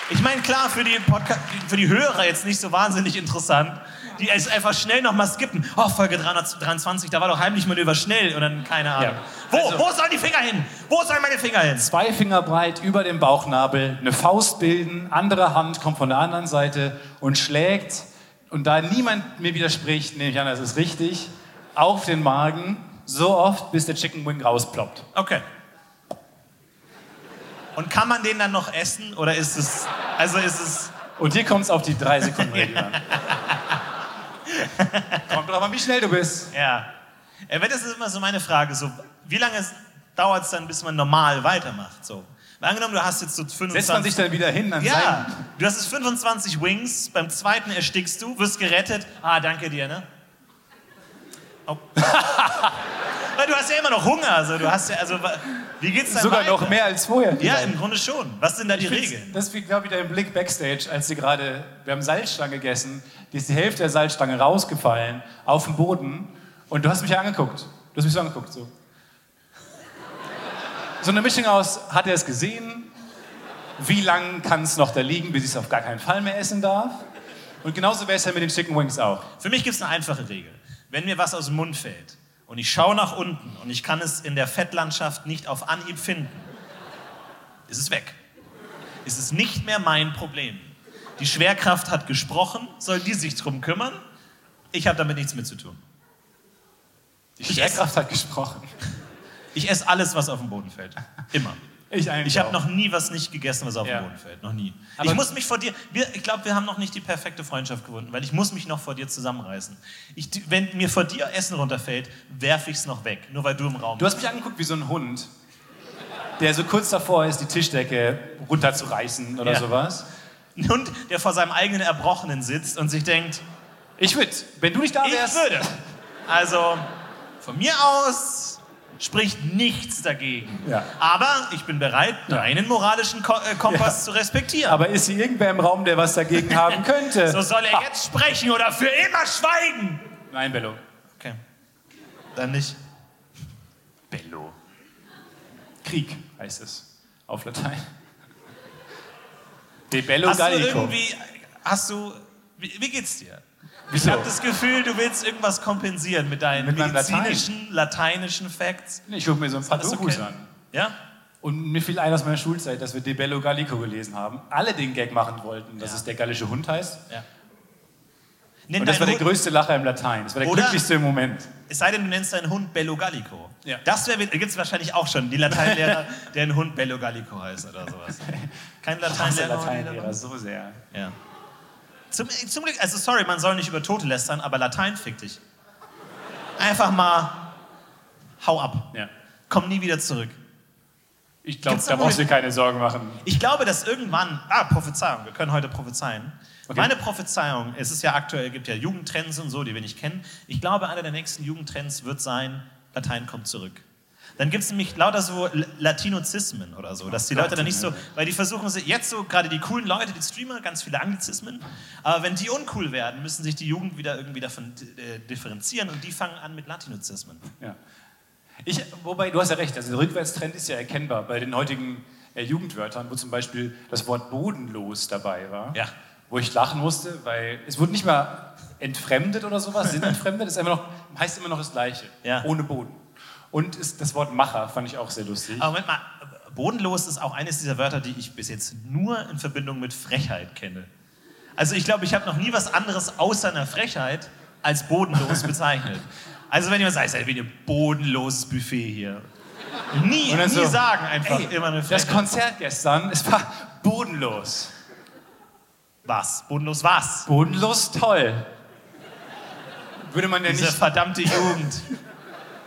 A: Ich meine, klar, für die, Podca für die Hörer jetzt nicht so wahnsinnig interessant. Die es einfach schnell nochmal skippen. Oh, Folge 323, da war doch Heimlichmanöver schnell und dann keine Ahnung.
B: Ja.
A: Wo,
B: Also-
A: wo sollen die Finger hin? Wo sollen meine Finger hin?
B: zwei Finger breit über dem Bauchnabel, eine Faust bilden, andere Hand kommt von der anderen Seite und schlägt. Und da niemand mir widerspricht, nehme ich an, das ist richtig, auf den Magen, so oft, bis der Chicken Wing rausploppt.
A: Okay. Und kann man den dann noch essen oder ist es also ist es
B: Und hier kommt es auf die
A: [laughs]
B: drei Sekunden Regel an. Kommt drauf an, wie schnell du bist.
A: ja. Äh, weil Das ist immer so meine Frage so wie lange dauert es dann bis man normal weitermacht so. Weil angenommen du hast jetzt so 25
B: Setzt man sich dann wieder hin an
A: Ja,
B: seinen...
A: du hast jetzt 25 Wings, beim zweiten erstickst du, wirst gerettet. Ah, danke dir, ne? Oh. [laughs] Weil du hast ja immer noch Hunger, also du hast ja also wa- wie geht's dann
B: Sogar
A: weiter?
B: noch mehr als vorher.
A: Ja, im Grunde schon. Was sind da die
B: Ich find's-
A: Regeln?
B: Das war wieder im Blick Backstage, als sie gerade, wir haben Salzstangen gegessen, die ist die Hälfte der Salzstange rausgefallen, auf den Boden. Und du hast mich ja angeguckt. Du hast mich so angeguckt, so. So eine Mischung aus, hat er es gesehen? Wie lange kann es noch da liegen, bis ich es auf gar keinen Fall mehr essen darf? Und genauso wäre es ja mit den Chicken Wings auch.
A: Für mich gibt es eine einfache Regel. Wenn mir was aus dem Mund fällt und ich schaue nach unten und ich kann es in der Fettlandschaft nicht auf Anhieb finden, ist es weg. Es ist nicht mehr mein Problem. Die Schwerkraft hat gesprochen, soll die sich drum kümmern? Ich habe damit nichts mit zu tun.
B: Die
A: Ich
B: Schwerkraft hat gesprochen.
A: Ich esse alles, was auf den Boden fällt. Immer.
B: Ich eigentlich
A: Ich habe
B: auch.
A: noch nie was nicht gegessen, was auf
B: Ja.
A: den Boden fällt. Noch nie.
B: Aber-
A: ich muss mich vor dir. Wir, ich glaube, wir haben noch nicht die perfekte Freundschaft gefunden, weil ich muss mich noch vor dir zusammenreißen. Ich, wenn mir vor dir Essen runterfällt, werfe ich es noch weg, nur weil du im Raum
B: Du hast mich angeguckt wie so ein Hund. der so kurz davor ist, die Tischdecke runterzureißen oder
A: Ja.
B: sowas.
A: Und der vor seinem eigenen Erbrochenen sitzt und sich denkt,
B: Ich würde, wenn du nicht da
A: ich
B: wärst,
A: würde. Also von mir aus spricht nichts dagegen.
B: Ja.
A: Aber ich bin bereit, deinen moralischen Ko äh, Kompass zu respektieren.
B: aber ist hier irgendwer im Raum, der was dagegen haben könnte?
A: so soll er
B: Ha.
A: jetzt sprechen oder für immer schweigen.
B: Nein, Bello.
A: Okay. Dann nicht. Bello.
B: Krieg heißt es auf Latein. De bello
A: Hast du
B: gallico.
A: irgendwie, hast du, wie, wie geht's dir? Ich
B: Wieso?
A: habe das Gefühl, du willst irgendwas kompensieren mit deinen
B: Mit meinem Latein.
A: medizinischen, lateinischen Facts.
B: Ich gucke mir so ein paar
A: Alles
B: Dokus
A: okay.
B: an.
A: Ja?
B: Und mir fiel ein aus meiner Schulzeit, dass wir De bello gallico gelesen haben. Alle den Gag machen wollten, dass
A: Ja.
B: es der gallische Hund heißt.
A: Ja. Nenn
B: Und das war
A: deinen
B: der
A: Hund,
B: größte Lacher im Latein. Das war der
A: Oder?
B: glücklichste Moment.
A: es sei denn, du nennst deinen Hund Bello Gallico.
B: Ja.
A: Das wäre, gibt es wahrscheinlich auch schon, die
B: [laughs]
A: Lateinlehrer, der einen Hund Bello Gallico heißt oder sowas. Kein
B: Das der
A: Lateinlehrer.
B: Lateinlehrer so sehr.
A: Ja. Zum, zum Glück, also sorry, man soll nicht über Tote lästern, aber Latein fick dich. Einfach mal hau ab.
B: Ja.
A: Komm nie wieder zurück.
B: Ich glaube,
A: Gibt's
B: da
A: noch
B: brauchst du dir keine Sorgen machen.
A: Ich glaube, dass irgendwann, ah, Prophezeiung, wir können heute prophezeien.
B: Okay.
A: Meine Prophezeiung, es ist ja aktuell, gibt ja Jugendtrends und so, die wir nicht kennen. Ich glaube, einer der nächsten Jugendtrends wird sein, Latein kommt zurück. Dann gibt es nämlich lauter so L- Latinozismen oder so, dass die
B: Gott,
A: Leute dann nicht so,
B: ne?
A: weil die versuchen sie- jetzt so, gerade die coolen Leute, die Streamer, ganz viele Anglizismen, aber wenn die uncool werden, müssen sich die Jugend wieder irgendwie davon äh, differenzieren und die fangen an mit Latinozismen.
B: Ja. Ich, wobei, du hast ja recht, also der Rückwärtstrend ist ja erkennbar bei den heutigen äh, Jugendwörtern, wo zum Beispiel das Wort bodenlos dabei war,
A: Ja.
B: wo ich lachen musste, weil es wurde nicht mal entfremdet oder sowas, sind entfremdet, ist immer noch, heißt immer noch das Gleiche,
A: Ja.
B: ohne Boden. Und ist, das Wort Macher fand ich auch sehr lustig.
A: Aber Moment mal, bodenlos ist auch eines dieser Wörter, die ich bis jetzt nur in Verbindung mit Frechheit kenne. Also ich glaube, ich habe noch nie was anderes außer einer Frechheit als bodenlos
B: [laughs]
A: bezeichnet. Also wenn jemand sagt, "Ey, wie ein bodenloses Buffet hier. Nie,
B: Und dann
A: nie
B: so,
A: sagen einfach
B: ey,
A: immer eine
B: das
A: Frechheit.
B: Konzert gestern, es war bodenlos.
A: was? Bodenlos was?
B: Bodenlos toll. Würde man ja
A: Diese
B: nicht.
A: verdammte Jugend.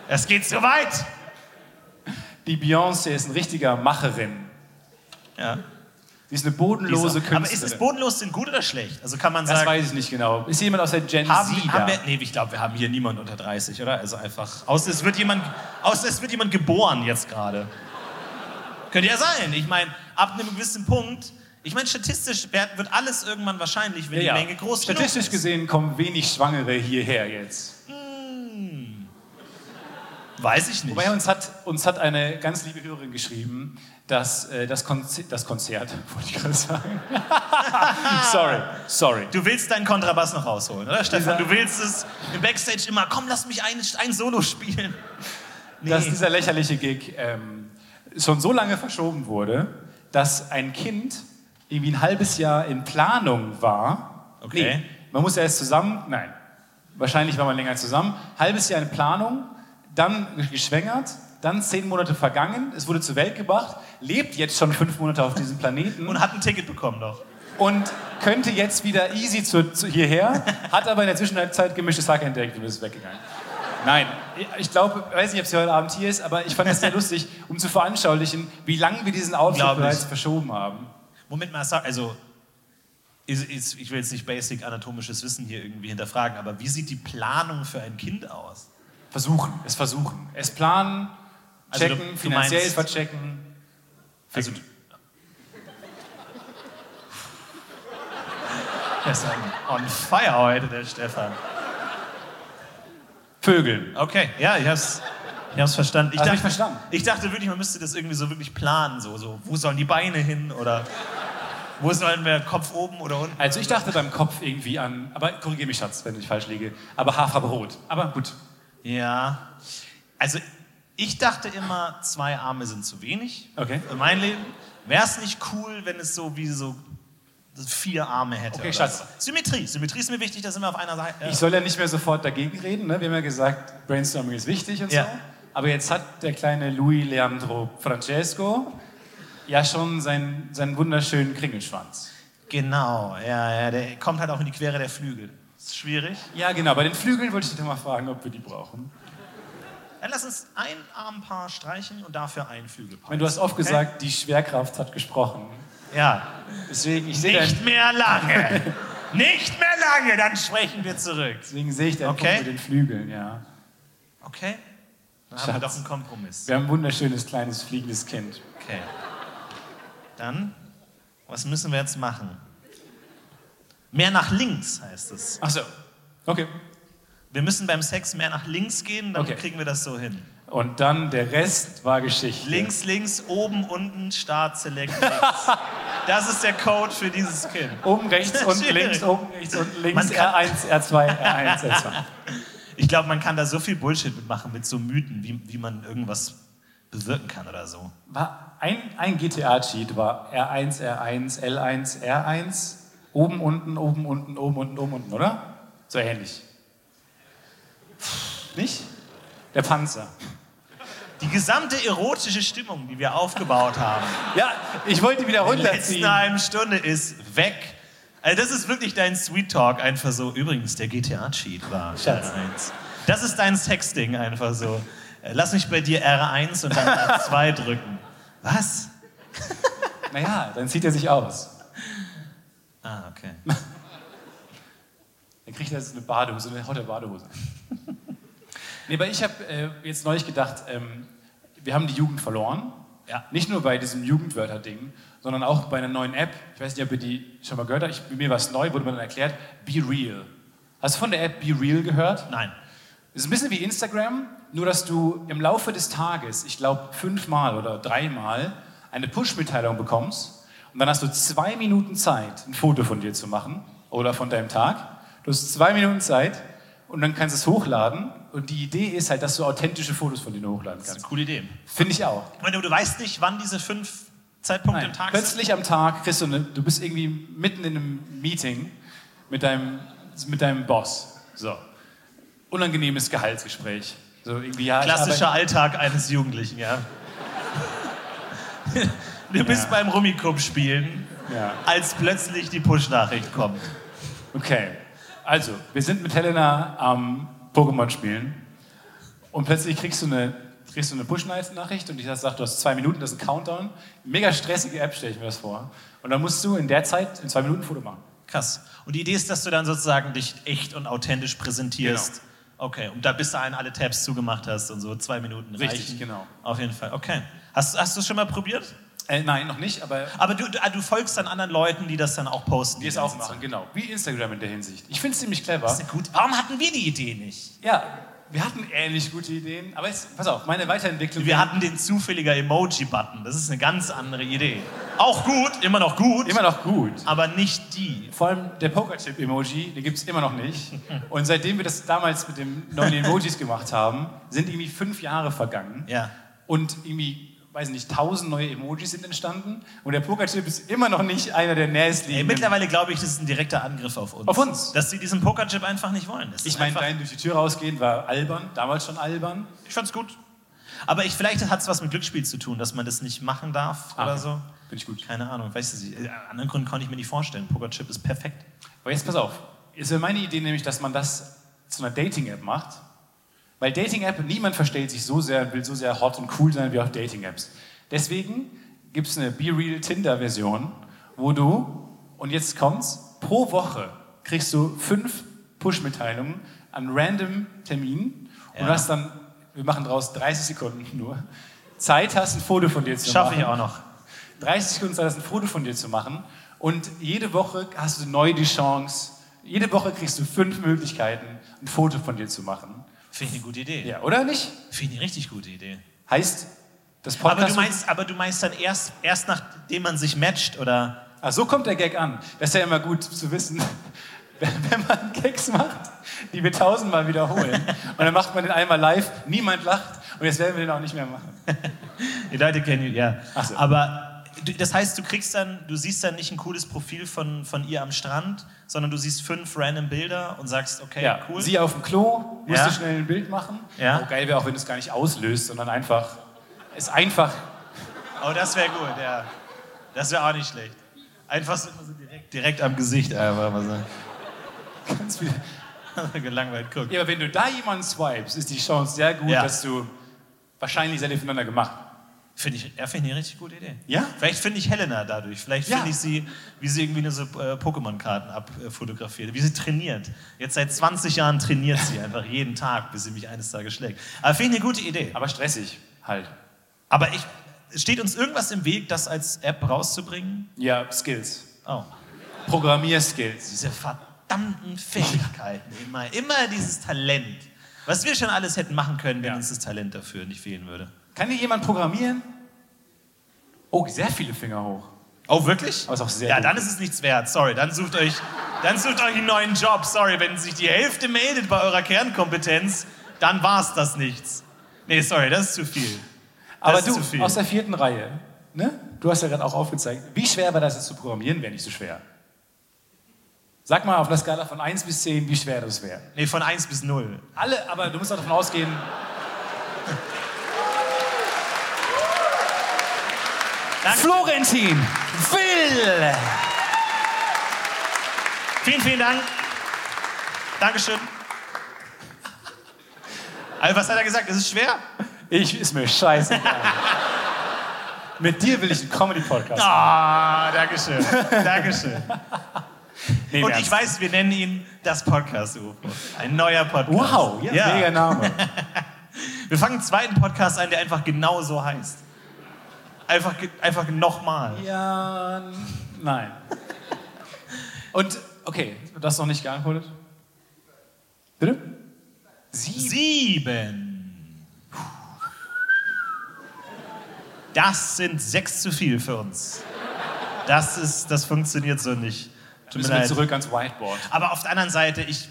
A: Es geht so weit.
B: Die Beyoncé ist ein richtiger Macherin.
A: Ja.
B: Sie ist eine bodenlose Künstlerin.
A: Aber ist es bodenlos denn gut oder schlecht? Also kann man
B: Das
A: sagen,
B: weiß ich nicht genau. Ist jemand aus der Gen Z
A: Haben,
B: da?
A: haben wir, nee, ich glaube, wir haben hier niemanden unter 30, oder? Also einfach. Außer es wird jemand, außer es wird jemand geboren jetzt gerade. Könnte ja sein. Ich meine, ab einem gewissen Punkt. Ich meine, statistisch wird, wird alles irgendwann wahrscheinlich, wenn
B: Ja, ja.
A: die Menge groß genug
B: Statistisch
A: ist.
B: gesehen kommen wenig Schwangere hierher jetzt.
A: Weiß ich nicht.
B: Wobei uns hat, uns hat eine ganz liebe Hörerin geschrieben, dass äh, das, Konzi das Konzert, [laughs] wollte ich gerade sagen. [laughs] sorry, sorry.
A: Du willst deinen Kontrabass noch rausholen, oder Stefan?
B: Dieser-
A: Du willst es im Backstage immer, komm, lass mich ein, ein Solo spielen. Nee.
B: Dass dieser lächerliche Gig ähm, schon so lange verschoben wurde, dass ein Kind irgendwie ein halbes Jahr in Planung war.
A: Okay.
B: man muss erst zusammen, nein, wahrscheinlich war man länger zusammen. Halbes Jahr in Planung, dann geschwängert, dann zehn Monate vergangen, es wurde zur Welt gebracht, lebt jetzt schon fünf Monate auf diesem Planeten
A: Und hat ein Ticket bekommen doch.
B: und könnte jetzt wieder easy zu, zu hierher, hat aber in der Zwischenzeit gemischtes Hack entdeckt und ist weggegangen. Nein, ich glaube, weiß nicht, ob sie heute Abend hier ist, aber ich fand es sehr lustig, um zu veranschaulichen, wie lange wir diesen Auftritt
A: Unglaublich.
B: bereits verschoben haben.
A: Moment mal, sag- also ist, ist, ich will jetzt nicht basic anatomisches Wissen hier irgendwie hinterfragen, aber wie sieht die Planung für ein Kind aus?
B: Versuchen, es versuchen. Es planen,
A: Also
B: checken,
A: du- du
B: finanziell
A: meinst-
B: verchecken.
A: Also [laughs]
B: Ficken.
A: Er ist on fire heute, der Stefan.
B: Vögeln.
A: Okay, ja, ich hab's, ich hab's verstanden. Ich,
B: Hast du
A: dacht-
B: mich verstanden?
A: ich dachte wirklich, man müsste das irgendwie so wirklich planen, so, so wo sollen die Beine hin oder wo sollen wir Kopf oben oder unten?
B: Also ich dachte beim Kopf irgendwie an, aber korrigiere mich, Schatz, wenn ich falsch liege, aber Haferbrot. Aber gut,
A: Ja. Also ich dachte immer, zwei Arme sind zu wenig.
B: okay.
A: In meinem Leben wäre es nicht cool, wenn es so wie so vier Arme hätte.
B: Okay,
A: oder
B: Schatz.
A: so. Symmetrie. Symmetrie ist mir wichtig, da sind wir auf einer Seite.
B: Ich soll ja nicht mehr sofort dagegen reden. Ne? Wir haben ja gesagt, Brainstorming ist wichtig und
A: Ja.
B: so. Aber jetzt hat der kleine Louis Leandro Francesco ja schon seinen, seinen wunderschönen Kringelschwanz.
A: Genau, ja, ja, der kommt halt auch in die Quere der Flügel. Ist schwierig.
B: Ja, genau. Bei den Flügeln wollte ich dich noch mal fragen, ob wir die brauchen.
A: Dann lass uns ein Armpaar streichen und dafür ein Flügelpaar.
B: Wenn du hast oft gesagt, die Schwerkraft hat gesprochen.
A: Ja.
B: Deswegen, ich sehe
A: Nicht
B: dein-
A: mehr lange. [laughs] Nicht mehr lange, dann sprechen wir zurück.
B: deswegen sehe ich deinen
A: Okay.
B: Punkt mit den Flügeln, ja.
A: Okay? Dann haben wir
B: Schatz.
A: doch einen Kompromiss.
B: Wir haben ein wunderschönes kleines fliegendes Kind.
A: Okay. Dann, was müssen wir jetzt machen? Mehr nach links heißt es.
B: Ach so. Okay.
A: Wir müssen beim Sex mehr nach links gehen, dann
B: Okay.
A: kriegen wir das so hin.
B: Und dann der Rest war Geschichte.
A: Links, links, oben, unten, Start, Select, links. Das ist der Code für dieses Kind.
B: Oben Um rechts, unten
A: Schwierig.
B: links, oben rechts, unten links,
A: Man kann-
B: R1, R2, R1,
A: [laughs]
B: R2.
A: Ich glaube, man kann da so viel Bullshit mitmachen mit so Mythen, wie, wie man irgendwas bewirken kann oder so.
B: War ein, ein GTA-Cheat war R1, R1, L1, R1. Oben, unten, oben, unten, oben, unten, oben, unten, oder? So ähnlich. Nicht? Der Panzer.
A: Die gesamte erotische Stimmung, die wir aufgebaut haben,
B: Ja, ich wollte wieder
A: in der letzten
B: runterziehen.
A: halben Stunde ist weg. Also das ist wirklich dein Sweet Talk, einfach so. Übrigens, der GTA-Cheat war
B: Schatz.
A: R1. Das ist dein Sexting, einfach so. Äh, Lass mich bei dir R1 und dann
B: [laughs]
A: R2 drücken. Was?
B: Naja, dann zieht er sich aus.
A: Ah, okay.
B: Dann kriegt er so eine Badehose, eine haut er Badehose. nee, aber ich habe äh, jetzt neulich gedacht, ähm, wir haben die Jugend verloren.
A: Ja.
B: Nicht nur bei diesem Jugendwörter-Ding, sondern auch bei einer neuen App. Ich weiß nicht, ob ihr die schon mal gehört habt. Ich, mir war es neu, wurde mir dann erklärt. Be Real. Hast du von der App Be Real gehört?
A: Nein.
B: Es ist ein bisschen wie Instagram, nur dass du im Laufe des Tages, ich glaube fünfmal oder dreimal, eine Push-Mitteilung bekommst und dann hast du zwei Minuten Zeit, ein Foto von dir zu machen oder von deinem Tag. Du hast zwei Minuten Zeit und dann kannst du es hochladen und die Idee ist halt, dass du authentische Fotos von dir hochladen
A: Das ist
B: kannst.
A: eine coole Idee.
B: Finde ich auch.
A: Ich meine, du weißt nicht, wann diese fünf Zeitpunkte
B: Nein.
A: im Tag sind.
B: Plötzlich am Tag kriegst du eine, du bist irgendwie mitten in einem Meeting mit deinem, mit deinem Boss. So. Unangenehmes Gehaltsgespräch. So irgendwie, ja, ich arbeite-
A: Klassischer Alltag eines Jugendlichen,
B: [laughs]
A: ja. Du bist
B: Ja.
A: beim Rummikub-Spielen,
B: Ja.
A: als plötzlich die Push-Nachricht kommt.
B: Okay. Also, wir sind mit Helena am Pokémon spielen und plötzlich kriegst du eine, kriegst du eine Push-Nachricht und ich sag, du hast zwei Minuten, das ist ein Countdown. Mega stressige App, stelle ich mir das vor. Und dann musst du in der Zeit in zwei Minuten ein Foto machen.
A: Krass. Und die Idee ist, dass du dann sozusagen dich echt und authentisch präsentierst.
B: Genau.
A: Okay, und da bis dahin alle Tabs zugemacht hast und so zwei Minuten
B: Richtig,
A: reichen.
B: genau.
A: Auf jeden Fall. Okay. Hast, hast du es schon mal probiert?
B: Äh, nein, noch nicht, aber
A: Aber du, du, ah, du folgst dann anderen Leuten, die das dann auch posten.
B: wir es auch machen, genau. Wie Instagram in der Hinsicht. Ich finde es ziemlich
A: Das
B: clever.
A: ist ja gut. Warum hatten wir die Idee nicht?
B: Ja, wir hatten ähnlich gute Ideen, aber jetzt, pass auf, meine Weiterentwicklung.
A: Wir hatten den zufälliger Emoji-Button. Das ist eine ganz andere Idee. Auch gut, immer noch gut,
B: immer noch gut.
A: aber nicht die.
B: Vor allem der Pokerchip-Emoji, den gibt es immer noch nicht. Und seitdem wir das damals mit den neuen Emojis gemacht haben, sind irgendwie fünf Jahre vergangen.
A: Ja.
B: Und irgendwie, weiß nicht, tausend neue Emojis sind entstanden. Und der Pokerchip ist immer noch nicht einer der
A: Ey,
B: nächstliegenden.
A: mittlerweile glaube ich, das ist ein direkter Angriff auf uns.
B: Auf uns.
A: Dass sie diesen Pokerchip einfach nicht wollen. Das ist
B: ich meine,
A: einfach-
B: rein durch die Tür rausgehen war albern, damals schon albern.
A: ich fand's gut. Aber ich, vielleicht hat es was mit Glücksspiel zu tun, dass man das nicht machen darf
B: Ah,
A: oder so.
B: Finde ich gut.
A: Keine Ahnung, weißt du, sie- äh, an anderen Gründen kann ich mir nicht vorstellen. Pokerchip ist perfekt.
B: Aber jetzt pass auf. Ist ja meine Idee nämlich, dass man das zu einer Dating-App macht. Weil Dating-App, niemand verstellt sich so sehr und will so sehr hot und cool sein wie auf Dating-Apps. Deswegen gibt es eine Be-Real Tinder-Version, wo du, und jetzt kommt's, pro Woche kriegst du fünf Push-Mitteilungen an random Terminen und
A: Ja.
B: du hast dann, wir machen draus 30 Sekunden nur, Zeit hast, ein Foto von dir zu machen.
A: Schaffe ich auch noch.
B: 30 Sekunden Zeit hast, ein Foto von dir zu machen. Und jede Woche hast du neu die Chance, jede Woche kriegst du fünf Möglichkeiten, ein Foto von dir zu machen.
A: Finde ich eine gute Idee.
B: Ja, oder nicht?
A: Finde ich eine richtig gute Idee.
B: Heißt, das Podcast.
A: Aber du, meinst, aber du meinst dann erst, erst nachdem man sich matcht oder
B: Ach, so kommt der Gag an. Das ist ja immer gut zu wissen, [laughs] wenn wenn man Gags macht, die wir
A: [laughs]
B: tausendmal wiederholen. Und dann macht man den einmal live, niemand lacht. Und jetzt werden wir den auch nicht mehr machen.
A: Die Leute kennen ihn, ja.
B: Ach so.
A: Aber du, das heißt, du kriegst dann, du siehst dann nicht ein cooles Profil von, von ihr am Strand, sondern du siehst fünf random Bilder und sagst, okay,
B: Ja,
A: cool.
B: Sie auf dem Klo, musste
A: Ja.
B: schnell ein Bild machen.
A: Ja.
B: Oh, geil wäre auch, wenn du es gar nicht auslöst, sondern einfach, es einfach [laughs]
A: oh, das wäre gut, ja. Das wäre auch nicht schlecht. Einfach so, [laughs] immer so direkt, direkt am Gesicht einfach mal so.
B: Ganz viel.
A: gelangweilt guckt.
B: Ja, aber wenn du da jemanden swipes, ist die Chance sehr gut,
A: Ja.
B: dass du wahrscheinlich sehr voneinander gemacht.
A: Finde ich, ja, finde ich eine richtig gute Idee.
B: Ja?
A: Vielleicht finde ich Helena dadurch. Vielleicht
B: Ja.
A: finde ich sie, wie sie irgendwie nur so äh, Pokémon-Karten abfotografiert. Wie sie trainiert. Jetzt seit 20 Jahren trainiert sie einfach jeden Tag, bis sie mich eines Tages schlägt. Aber finde ich eine gute Idee.
B: Aber stressig halt.
A: Aber ich, steht uns irgendwas im Weg, das als App rauszubringen?
B: Ja, Skills.
A: Oh,
B: Programmierskills.
A: diese verdammten Fähigkeiten. Immer, immer dieses Talent. Was wir schon alles hätten machen können, wenn
B: Ja.
A: uns das Talent dafür nicht fehlen würde.
B: Kann dir jemand programmieren? Oh, sehr viele Finger hoch.
A: Oh, wirklich?
B: Aber ist auch sehr
A: ja,
B: gut.
A: dann ist es nichts wert. Sorry, dann sucht euch, dann sucht euch einen neuen Job. Sorry, wenn sich die Hälfte meldet bei eurer Kernkompetenz, dann war's das nichts. Nee, sorry, das ist zu viel.
B: Aber
A: ist
B: du,
A: zu viel.
B: aus der vierten Reihe, ne? du hast ja gerade auch aufgezeigt, wie schwer war das jetzt zu programmieren, wäre nicht so schwer. Sag mal auf einer Skala von 1 bis 10, wie schwer das wäre.
A: Nee, von 1 bis 0.
B: Alle, aber du musst auch davon ausgehen, Florentin will.
A: Vielen, vielen Dank. Dankeschön. Also, was hat er gesagt? Es ist schwer?
B: Ich, ist mir scheißegal. Mit dir will ich einen Comedy-Podcast.
A: Ah,
B: [laughs]
A: Dankeschön. Dankeschön.
B: Nee,
A: Und
B: im
A: ich
B: Ernst.
A: weiß, wir nennen ihn das Podcast-UFO. Ein neuer Podcast.
B: Wow, ja, mega Name.
A: Wir fangen einen zweiten Podcast an, der einfach genau so heißt. Einfach, ge- einfach nochmal.
B: Ja, n- nein. Und, okay, das noch nicht geantwortet? Bitte? Sie.
A: Sieben. Das sind sechs zu viel für uns. Das ist, das funktioniert so nicht. Tut mir
B: Müssen wir
A: leid.
B: zurück ans Whiteboard.
A: Aber auf der anderen Seite, ich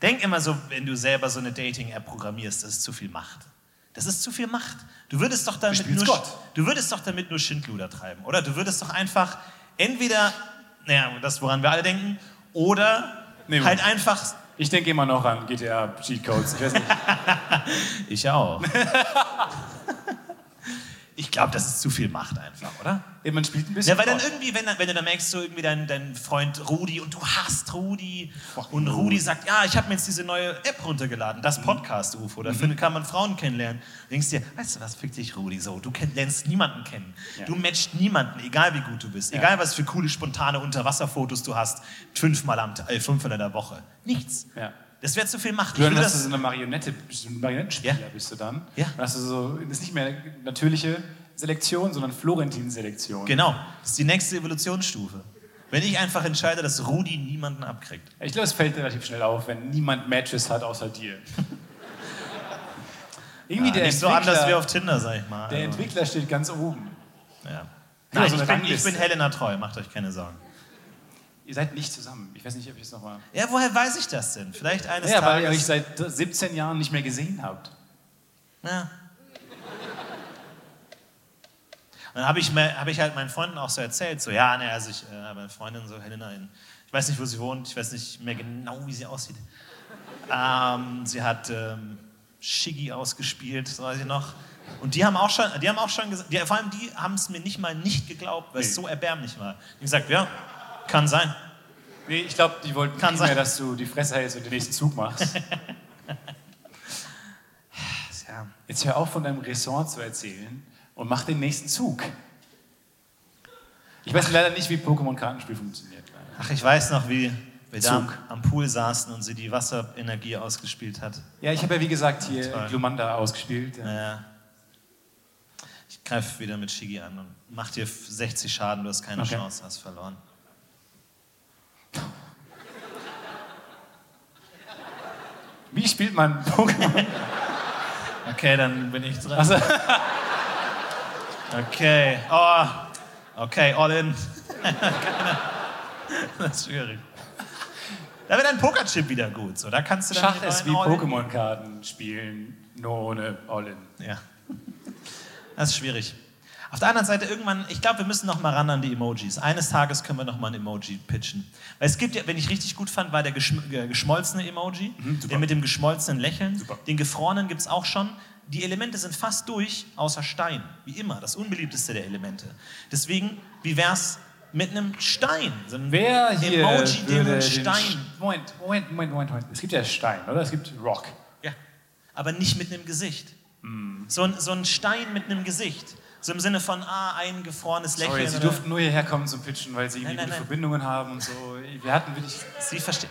A: denke immer so, wenn du selber so eine Dating-App programmierst, das ist zu viel Macht. Das ist zu viel Macht. Du würdest doch damit
B: spielst
A: nur,
B: Gott.
A: du würdest doch damit nur Schindluder treiben, oder? Du würdest doch einfach entweder, naja, das woran wir alle denken, oder
B: Nee,
A: halt einfach,
B: Ich denke immer noch an GTA-Cheatcodes. Ich weiß nicht.
A: ich auch. [laughs] ich glaube, das ist zu viel Macht einfach, oder? [laughs]
B: Ey, Man spielt ein bisschen.
A: Ja, weil dann
B: Gott.
A: irgendwie, wenn, wenn du dann merkst, so irgendwie dein, dein Freund Rudi und du hasst Rudi und Rudi sagt, ja, ich habe mir jetzt diese neue App runtergeladen,
B: Mhm.
A: das Podcast-UFO, dafür kann man Frauen kennenlernen. Du denkst dir, weißt du was, fick dich Rudi so, du kenn, lernst niemanden kennen. Du matchst niemanden, egal wie gut du bist, egal was für coole, spontane Unterwasserfotos du hast, fünfmal, am, Ta- äh, fünfmal in der Woche. Nichts.
B: Ja.
A: Das wäre zu viel Macht.
B: Du
A: Ich
B: dann
A: will
B: hast du
A: das-
B: so eine Marionette, so ein Marionettenspieler
A: Ja.
B: bist du dann.
A: Ja.
B: Dann hast du so, das ist nicht mehr natürliche Selektion, sondern Florentin-Selektion.
A: genau, das ist die nächste Evolutionsstufe. Wenn ich einfach entscheide, dass Rudi niemanden abkriegt.
B: Ich glaube, es fällt relativ schnell auf, wenn niemand Matches hat
A: [laughs]
B: außer dir. Irgendwie der,
A: Ah, Nicht so
B: Entwickler,
A: anders wie auf Tinder, sag ich mal.
B: der
A: Also.
B: Entwickler steht ganz oben.
A: Ja.
B: Ja,
A: Nein, ich,
B: so eine
A: bin, ich
B: Rangliste.
A: bin Helena treu, macht euch keine Sorgen.
B: Ihr seid nicht zusammen. Ich weiß nicht, ob ich es nochmal.
A: Ja, woher weiß ich das denn? Vielleicht eines
B: Ja, weil ihr euch
A: Tages.
B: seit 17 Jahren nicht mehr gesehen habt.
A: ja. Dann habe ich, mir- hab ich halt meinen Freunden auch so erzählt, so, ja, ne, also ich, äh, meine Freundin, so Helena, in, ich weiß nicht, wo sie wohnt, ich weiß nicht mehr genau, wie sie aussieht. Ähm, sie hat ähm, Shiggy ausgespielt, das weiß ich noch. Und die haben auch schon, die haben auch schon gesagt, die, vor allem die haben es mir nicht mal nicht geglaubt, weil es
B: Nee.
A: so erbärmlich war. Die haben gesagt, ja, kann sein.
B: Nee, ich glaube, die wollten
A: Kann
B: nicht
A: sein.
B: mehr, dass du die Fresse hältst und den nächsten Zug machst.
A: Ja.
B: Jetzt hör auf, von deinem Ressort zu erzählen und mach den nächsten Zug. Ich weiß leider nicht, wie Pokémon-Kartenspiel funktioniert.
A: Ach, ich weiß noch, wie wir da am-
B: Zug.
A: am Pool saßen und sie die Wasserenergie ausgespielt hat.
B: Ja, ich habe ja, wie gesagt, hier
A: Toll.
B: Glumanda ausgespielt. Ja.
A: Naja. Ich greife wieder mit Shigi an und mach dir 60 Schaden, du hast keine
B: Okay.
A: Chance, hast verloren.
B: Wie spielt man Pokémon?
A: Okay, dann bin ich dran.
B: Also,
A: Okay, oh, okay, all in. [laughs] das ist schwierig. Da wird ein Pokerchip wieder gut, so, da kannst du dann
B: [laughs] Schach
A: hier
B: ist
A: rein
B: wie
A: all in.
B: Pokémon-Karten spielen, nur ohne All-In.
A: Ja. Das ist schwierig. Auf der anderen Seite irgendwann, ich glaube, wir müssen noch mal ran an die Emojis. Eines Tages können wir noch mal ein Emoji pitchen. Weil es gibt ja, wenn ich richtig gut fand, war der geschm äh, geschmolzene Emoji, der mit dem geschmolzenen Lächeln. Den gefrorenen gibt es auch schon. Die Elemente sind fast durch, außer Stein. Wie immer, das unbeliebteste der Elemente. Deswegen, wie wär's, Mit einem Stein. So ein
B: Wer hier
A: Emoji, der
B: würde
A: einen
B: den
A: Stein.
B: Sch- Moment, Moment, Moment, Moment, Moment. Es gibt ja Stein, oder? Es gibt Rock.
A: Ja. Aber nicht mit einem Gesicht. So, ein, so ein Stein mit einem Gesicht. So im Sinne von, ah, ein gefrorenes
B: Sorry,
A: Lächeln.
B: Sie
A: oder-
B: durften nur hierher kommen zum Pitchen, weil Sie
A: Nein,
B: irgendwie
A: nein,
B: gute
A: nein.
B: Verbindungen haben und so. Wir hatten wirklich...
A: Sie verstehen.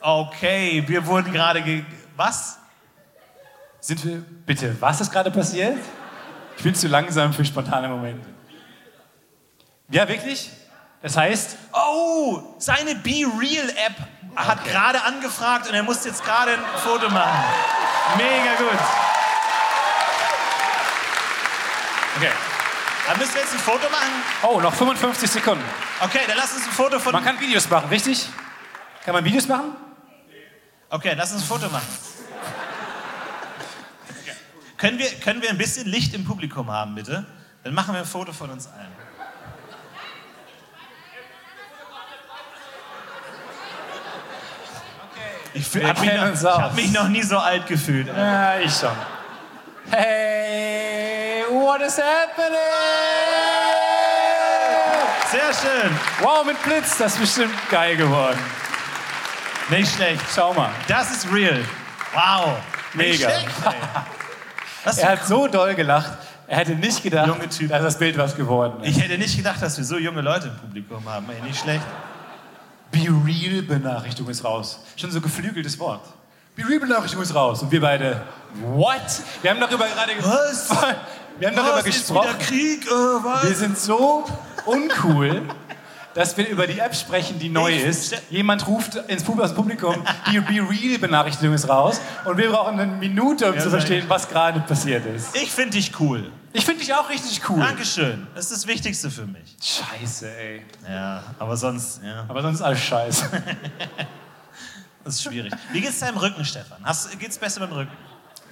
A: Okay, wir wurden gerade ge. Was?
B: Sind wir... Bitte, was ist gerade passiert? Ich bin zu langsam für spontane Momente. Ja, wirklich? Das heißt,
A: Oh, seine Be Real App hat gerade angefragt und er muss jetzt gerade ein Foto machen.
B: mega gut. Okay.
A: Da müssen wir jetzt ein Foto machen.
B: Oh, noch 55 Sekunden.
A: Okay, dann lass uns ein Foto
B: Man
A: von.
B: kann Videos machen, richtig? Kann man Videos machen?
A: Okay, lass uns ein Foto machen. Okay. Können wir, können wir ein bisschen Licht im Publikum haben, bitte? Dann machen wir ein Foto von uns allen. Ich, fühl-
B: Wir
A: hab mich
B: kennen
A: noch,
B: uns
A: ich habe
B: aus.
A: mich noch nie so alt gefühlt.
B: Ja, ich schon. Hey, what is happening?
A: Sehr schön.
B: Wow, mit Blitz, das ist bestimmt geil geworden.
A: Nicht schlecht.
B: Schau mal,
A: Das ist real. Wow. Nicht
B: mega.
A: schlecht,
B: [laughs]
A: ey. Was
B: Er hat so doll gelacht, er hätte nicht gedacht,
A: Junge Typ.
B: dass das Bild was geworden ist.
A: ich hätte nicht gedacht, dass wir so junge Leute im Publikum haben. Ey, nicht schlecht.
B: Be real Benachrichtigung ist raus. Schon so geflügeltes Wort. Be real Benachrichtigung ist raus. Und wir beide, what? Wir haben darüber gerade ges-
A: Was?
B: Wir haben darüber
A: Was, ist
B: gesprochen.
A: wieder Krieg, äh, was?
B: Wir sind so uncool, dass wir über die App sprechen, die neu
A: Ich-
B: ist. Jemand ruft ins Pub- aus dem Publikum, die Be Real-Benachrichtigung ist raus. Und wir brauchen eine Minute, um zu
A: sei-
B: verstehen, was gerade passiert ist.
A: Ich finde dich cool.
B: Ich finde dich auch richtig cool.
A: Dankeschön. Das ist das Wichtigste für mich.
B: Scheiße, ey.
A: Ja, aber sonst, ja,
B: Aber sonst alles scheiße.
A: das ist schwierig. Wie geht's deinem Rücken, Stefan? Hast, geht's besser beim Rücken?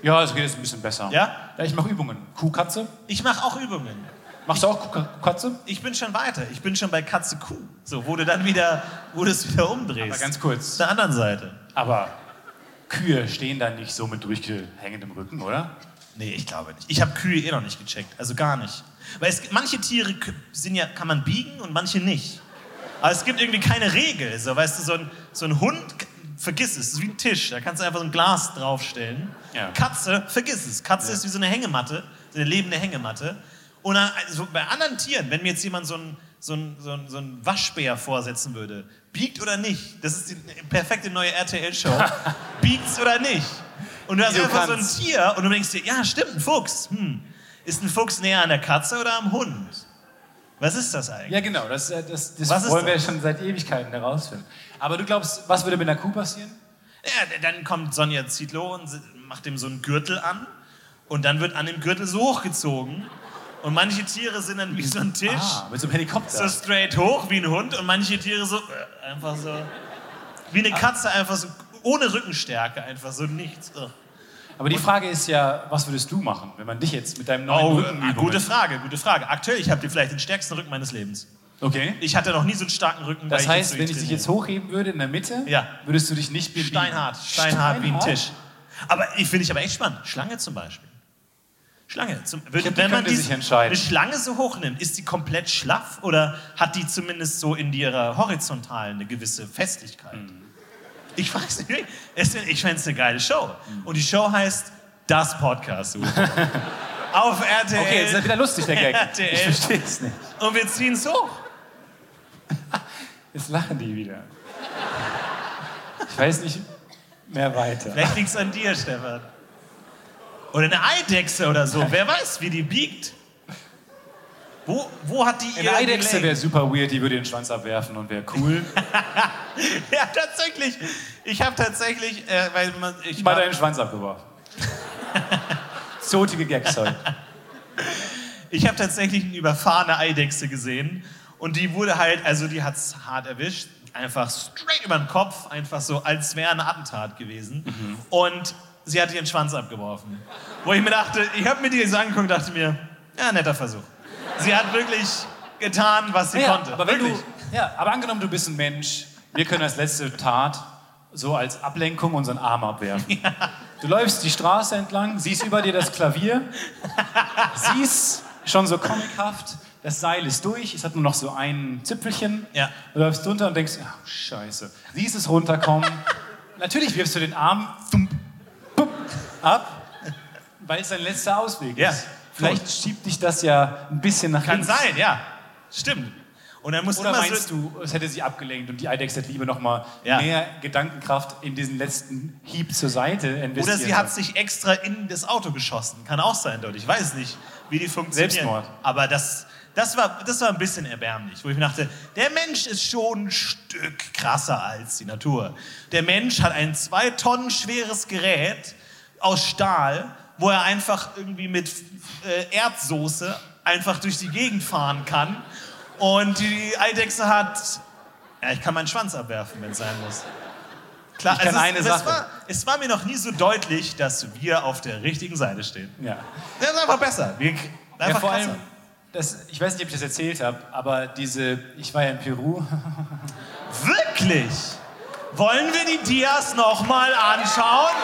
B: Ja, es geht jetzt ein bisschen besser.
A: Ja?
B: ich mache Übungen. Kuhkatze.
A: Ich mache auch Übungen.
B: Machst du auch Kuh- Kuhkatze?
A: Ich bin schon weiter. Ich bin schon bei Katze Kuh. So, wo du dann wieder, wo du es wieder umdrehst.
B: Aber ganz kurz.
A: Auf der anderen Seite.
B: Aber Kühe stehen da nicht so mit durchgehängendem Rücken, oder?
A: Nee, ich glaube nicht. Ich habe Kühe eh noch nicht gecheckt. Also gar nicht. Weil es, gibt- manche Tiere k- sind ja, kann man biegen und manche nicht. Aber es gibt irgendwie keine Regel. So, weißt du, so ein, so ein Hund, k- vergiss es, ist wie ein Tisch. Da kannst du einfach so ein Glas draufstellen.
B: Ja.
A: Katze, vergiss es. Katze ist wie so eine Hängematte, so eine lebende Hängematte. Und dann, also bei anderen Tieren, wenn mir jetzt jemand so ein, so ein, so ein, so ein Waschbär vorsetzen würde, biegt oder nicht, das ist die perfekte neue RTL-Show, biegt's oder nicht. Und du hast
B: Du
A: einfach so ein
B: kannst.
A: Tier und du denkst dir, ja stimmt, ein Fuchs. Hm. Ist ein Fuchs näher an der Katze oder am Hund? Was ist das eigentlich?
B: Ja, genau, das, äh, das, das
A: Was ist
B: wollen wir schon seit Ewigkeiten herausfinden. Aber du glaubst, was würde mit einer Kuh passieren?
A: Ja, dann kommt Sonja Zietlow und sie- macht ihm so einen Gürtel an und dann wird an dem Gürtel so hochgezogen und manche Tiere sind dann wie so ein Tisch,
B: Ah, mit so einem Helikopter.
A: so straight hoch wie ein Hund und manche Tiere so äh, einfach so wie
B: Ah.
A: eine Katze einfach so ohne Rückenstärke einfach so nichts. Ugh.
B: Aber die Frage ist ja, was würdest du machen, wenn man dich jetzt mit deinem neuen
A: Oh,
B: Rücken
A: äh, gute Frage, gute Frage. Aktuell, ich habe vielleicht den stärksten Rücken meines Lebens.
B: Okay.
A: Ich hatte noch nie so einen starken Rücken.
B: Das
A: weil
B: heißt, wenn ich dich jetzt hochheben würde in der Mitte,
A: Ja.
B: würdest du dich nicht bewegen.
A: Steinhart, steinhart wie ein Tisch. Aber ich finde ich aber echt spannend. Schlange zum Beispiel. Schlange. Zum, wenn,
B: glaub, die
A: wenn man
B: könnte
A: dies-
B: sich entscheiden.
A: eine Schlange so hoch nimmt, ist sie komplett schlaff oder hat die zumindest so in ihrer Horizontalen eine gewisse Festigkeit?
B: Mhm.
A: Ich weiß nicht. Es- Ich fände es eine geile Show.
B: Mhm.
A: Und die Show heißt Das Podcast.
B: [laughs]
A: Auf RTL.
B: Okay, jetzt ist wieder lustig, [laughs] der Gag.
A: RTL.
B: ich verstehe es nicht.
A: Und wir ziehen es hoch.
B: Jetzt lachen die wieder. Ich weiß nicht mehr weiter.
A: Vielleicht liegt es an dir, Stefan. Oder eine Eidechse oder
B: [laughs]
A: so. Wer weiß, wie die biegt. Wo, wo hat die ihr
B: Eine Eidechse wäre
A: Gelenk?
B: super weird, die würde den Schwanz abwerfen und wäre cool.
A: [laughs] Ja, tatsächlich. Ich habe tatsächlich, äh, weil man, ich
B: Mal
A: war,
B: deinen
A: [laughs]
B: Schwanz abgeworfen. Zotige Gags heute.
A: ich habe tatsächlich eine überfahrene Eidechse gesehen und die wurde halt, also die hat's hart erwischt, einfach straight über den Kopf, einfach so, als wäre ein Attentat gewesen.
B: Mhm.
A: Und sie hat ihren Schwanz abgeworfen, wo ich mir dachte, ich habe mir die so angeguckt, und dachte mir, ja netter Versuch. Sie hat wirklich getan, was sie konnte.
B: aber wenn
A: wirklich.
B: Du, ja, aber angenommen, du bist ein Mensch, wir können als letzte Tat so als Ablenkung unseren Arm abwerfen. Du läufst die Straße entlang, siehst über dir das Klavier, siehst schon so comichaft das Seil ist durch, es hat nur noch so ein Zipfelchen.
A: Ja.
B: Du läufst runter und denkst, ach, scheiße. Siehst es runterkommen. Natürlich wirfst du den Arm thump, pump, ab, weil es dein letzter Ausweg
A: Ja.
B: ist. Vielleicht schiebt dich das ja ein bisschen nach
A: Kann
B: links.
A: sein, ja. Stimmt. Und dann musst du
B: Oder
A: immer
B: meinst
A: so,
B: du, es hätte sie abgelenkt und die Eidechse hätte lieber nochmal
A: Ja.
B: mehr Gedankenkraft in diesen letzten Hieb zur Seite investiert?
A: Oder sie hat sich extra in das Auto geschossen. Kann auch sein, Leute. Ich weiß nicht, wie die funktionieren.
B: Selbstmord.
A: Aber das, das, war, das war ein bisschen erbärmlich, wo ich mir dachte, der Mensch ist schon ein Stück krasser als die Natur. Der Mensch hat ein zwei Tonnen schweres Gerät aus Stahl, wo er einfach irgendwie mit äh, Erdsoße einfach durch die Gegend fahren kann. Und die Eidechse hat, ja, ich kann meinen Schwanz abwerfen, wenn es sein muss. Klar,
B: Ich kann eine
A: es, Es
B: Sache.
A: war, es war mir noch nie so deutlich, dass wir auf der richtigen Seite stehen.
B: Ja.
A: Das ist einfach besser. Wir, einfach
B: Ja, vor allem,
A: krasser.
B: das, ich weiß nicht, ob ich das erzählt habe, aber diese, ich war ja in Peru.
A: Wirklich? Wollen wir die Dias nochmal anschauen?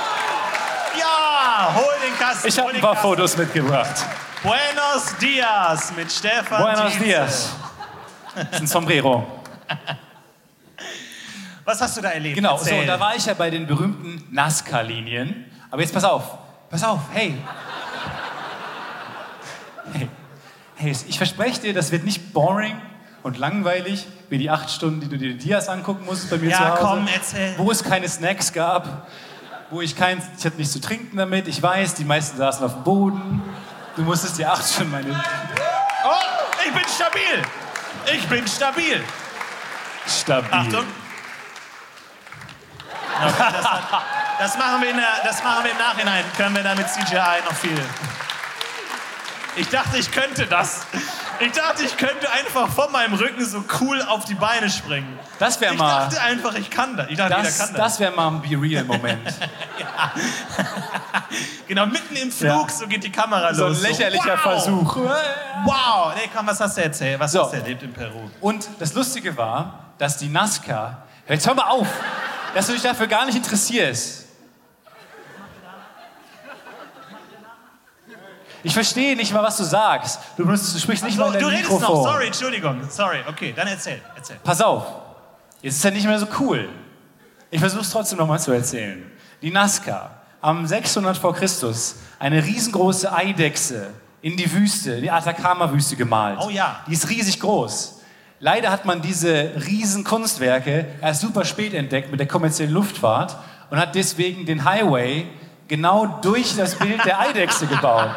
A: Ja, hol den Kasten. hol den Kasten.
B: Fotos mitgebracht.
A: Buenos Dias mit Stefan.
B: Buenos
A: Tietze.
B: dias. Das ist ein Sombrero.
A: Was hast du da erlebt?
B: Genau, so,
A: Erzähl.
B: und da war ich ja bei den berühmten Nazca-Linien. Aber jetzt pass auf, pass auf, hey. Hey, hey ich verspreche dir, das wird nicht boring und langweilig, wie die acht Stunden, die du dir die Dias angucken musst bei mir
A: Ja,
B: zu Hause.
A: komm, erzähl.
B: Wo es keine Snacks gab, wo ich keins, ich hatte nichts zu trinken damit. Ich weiß, die meisten saßen auf dem Boden. Du musstest dir acht Stunden meine...
A: Oh, ich bin stabil. Ich bin stabil.
B: Stabil.
A: Achtung. Okay, das, hat, das, machen wir in der, das machen wir im Nachhinein. Können wir da mit CGI noch viel. Ich dachte, ich könnte das. Ich dachte, ich könnte einfach von meinem Rücken so cool auf die Beine springen.
B: Das wäre
A: Ich
B: mal...
A: dachte einfach, ich kann das. Ich dachte, jeder
B: Das,
A: kann das.
B: das wäre mal
A: [laughs]
B: ein Be-Real-Moment.
A: Genau, mitten im Flug,
B: Ja.
A: so geht die Kamera
B: So ein
A: los.
B: lächerlicher
A: wow.
B: Versuch.
A: Wow. Nee, komm, was hast du erzählt? Was
B: So.
A: hast du erlebt in Peru?
B: Und das Lustige war, dass die Nazca. Jetzt hör mal auf, dass du dich dafür gar nicht interessierst. Ich verstehe nicht mal, was du sagst. Du, benutzt, du sprichst nicht mal in
A: du
B: dein
A: redest
B: Mikrofon.
A: noch. Sorry, Entschuldigung. Sorry. Okay, dann erzähl. Erzähl.
B: Pass auf, jetzt ist er nicht mehr so cool. Ich versuche es trotzdem nochmal zu erzählen. Die Nazca, am 600 vor Christus, eine riesengroße Eidechse in die Wüste, die Atacama-Wüste gemalt.
A: Oh ja.
B: Die ist riesig groß. Leider hat man diese riesen Kunstwerke erst super spät entdeckt mit der kommerziellen Luftfahrt und hat deswegen den Highway genau durch das Bild der Eidechse gebaut.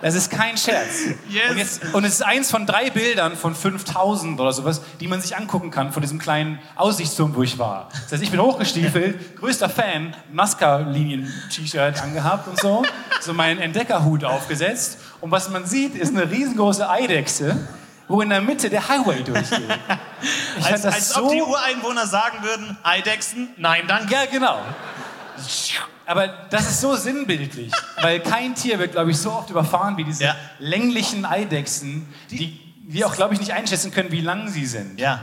B: Das ist kein Scherz.
A: Yes.
B: Und, jetzt, und es ist eins von drei Bildern von 5000 oder sowas, die man sich angucken kann von diesem kleinen Aussichtsturm, wo ich war. Das heißt, ich bin hochgestiefelt, größter Fan, Nazca-Linien-T-Shirt angehabt und so, so meinen Entdeckerhut aufgesetzt. Und was man sieht, ist eine riesengroße Eidechse, wo in der Mitte der Highway durchgeht. Ich fand
A: Als,
B: das
A: als
B: so
A: ob die Ureinwohner sagen würden, Eidechsen, nein, danke.
B: Ja, genau. Aber das ist so sinnbildlich, weil kein Tier wird, glaube ich, so oft überfahren wie diese
A: Ja.
B: länglichen Eidechsen, die, die auch, glaube ich, nicht einschätzen können, wie lang sie sind.
A: Ja,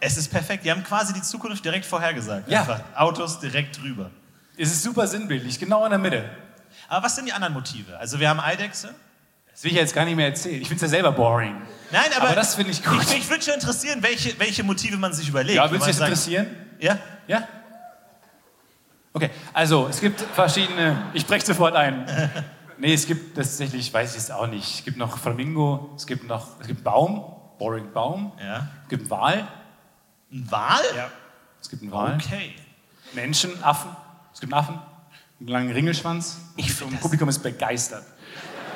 A: es ist perfekt. Die haben quasi die Zukunft direkt vorhergesagt.
B: Ja.
A: Einfach Autos direkt drüber.
B: Es ist super sinnbildlich, genau in der Mitte.
A: Aber was sind die anderen Motive? Also wir haben Eidechse.
B: Das will ich jetzt gar nicht mehr erzählen. Ich finde es ja selber boring.
A: Nein, aber,
B: Aber das finde ich gut.
A: Ich, mich würde schon interessieren, welche, welche Motive man sich überlegt.
B: Ja,
A: Wo
B: würde
A: man
B: dich das
A: sagt-
B: interessieren?
A: Ja?
B: Ja? Okay, also es gibt verschiedene. Ich breche
A: [laughs]
B: sofort ein. Nee, es gibt tatsächlich, weiß ich es auch nicht. Es gibt noch Flamingo, es gibt noch es gibt einen Baum, boring Baum.
A: Ja.
B: Es gibt einen Wal.
A: Ein Wal?
B: Es gibt einen Wal.
A: Okay.
B: Menschen, Affen. Es gibt einen Affen, einen langen Ringelschwanz.
A: Ich
B: Und
A: find
B: das
A: das-
B: Publikum ist begeistert.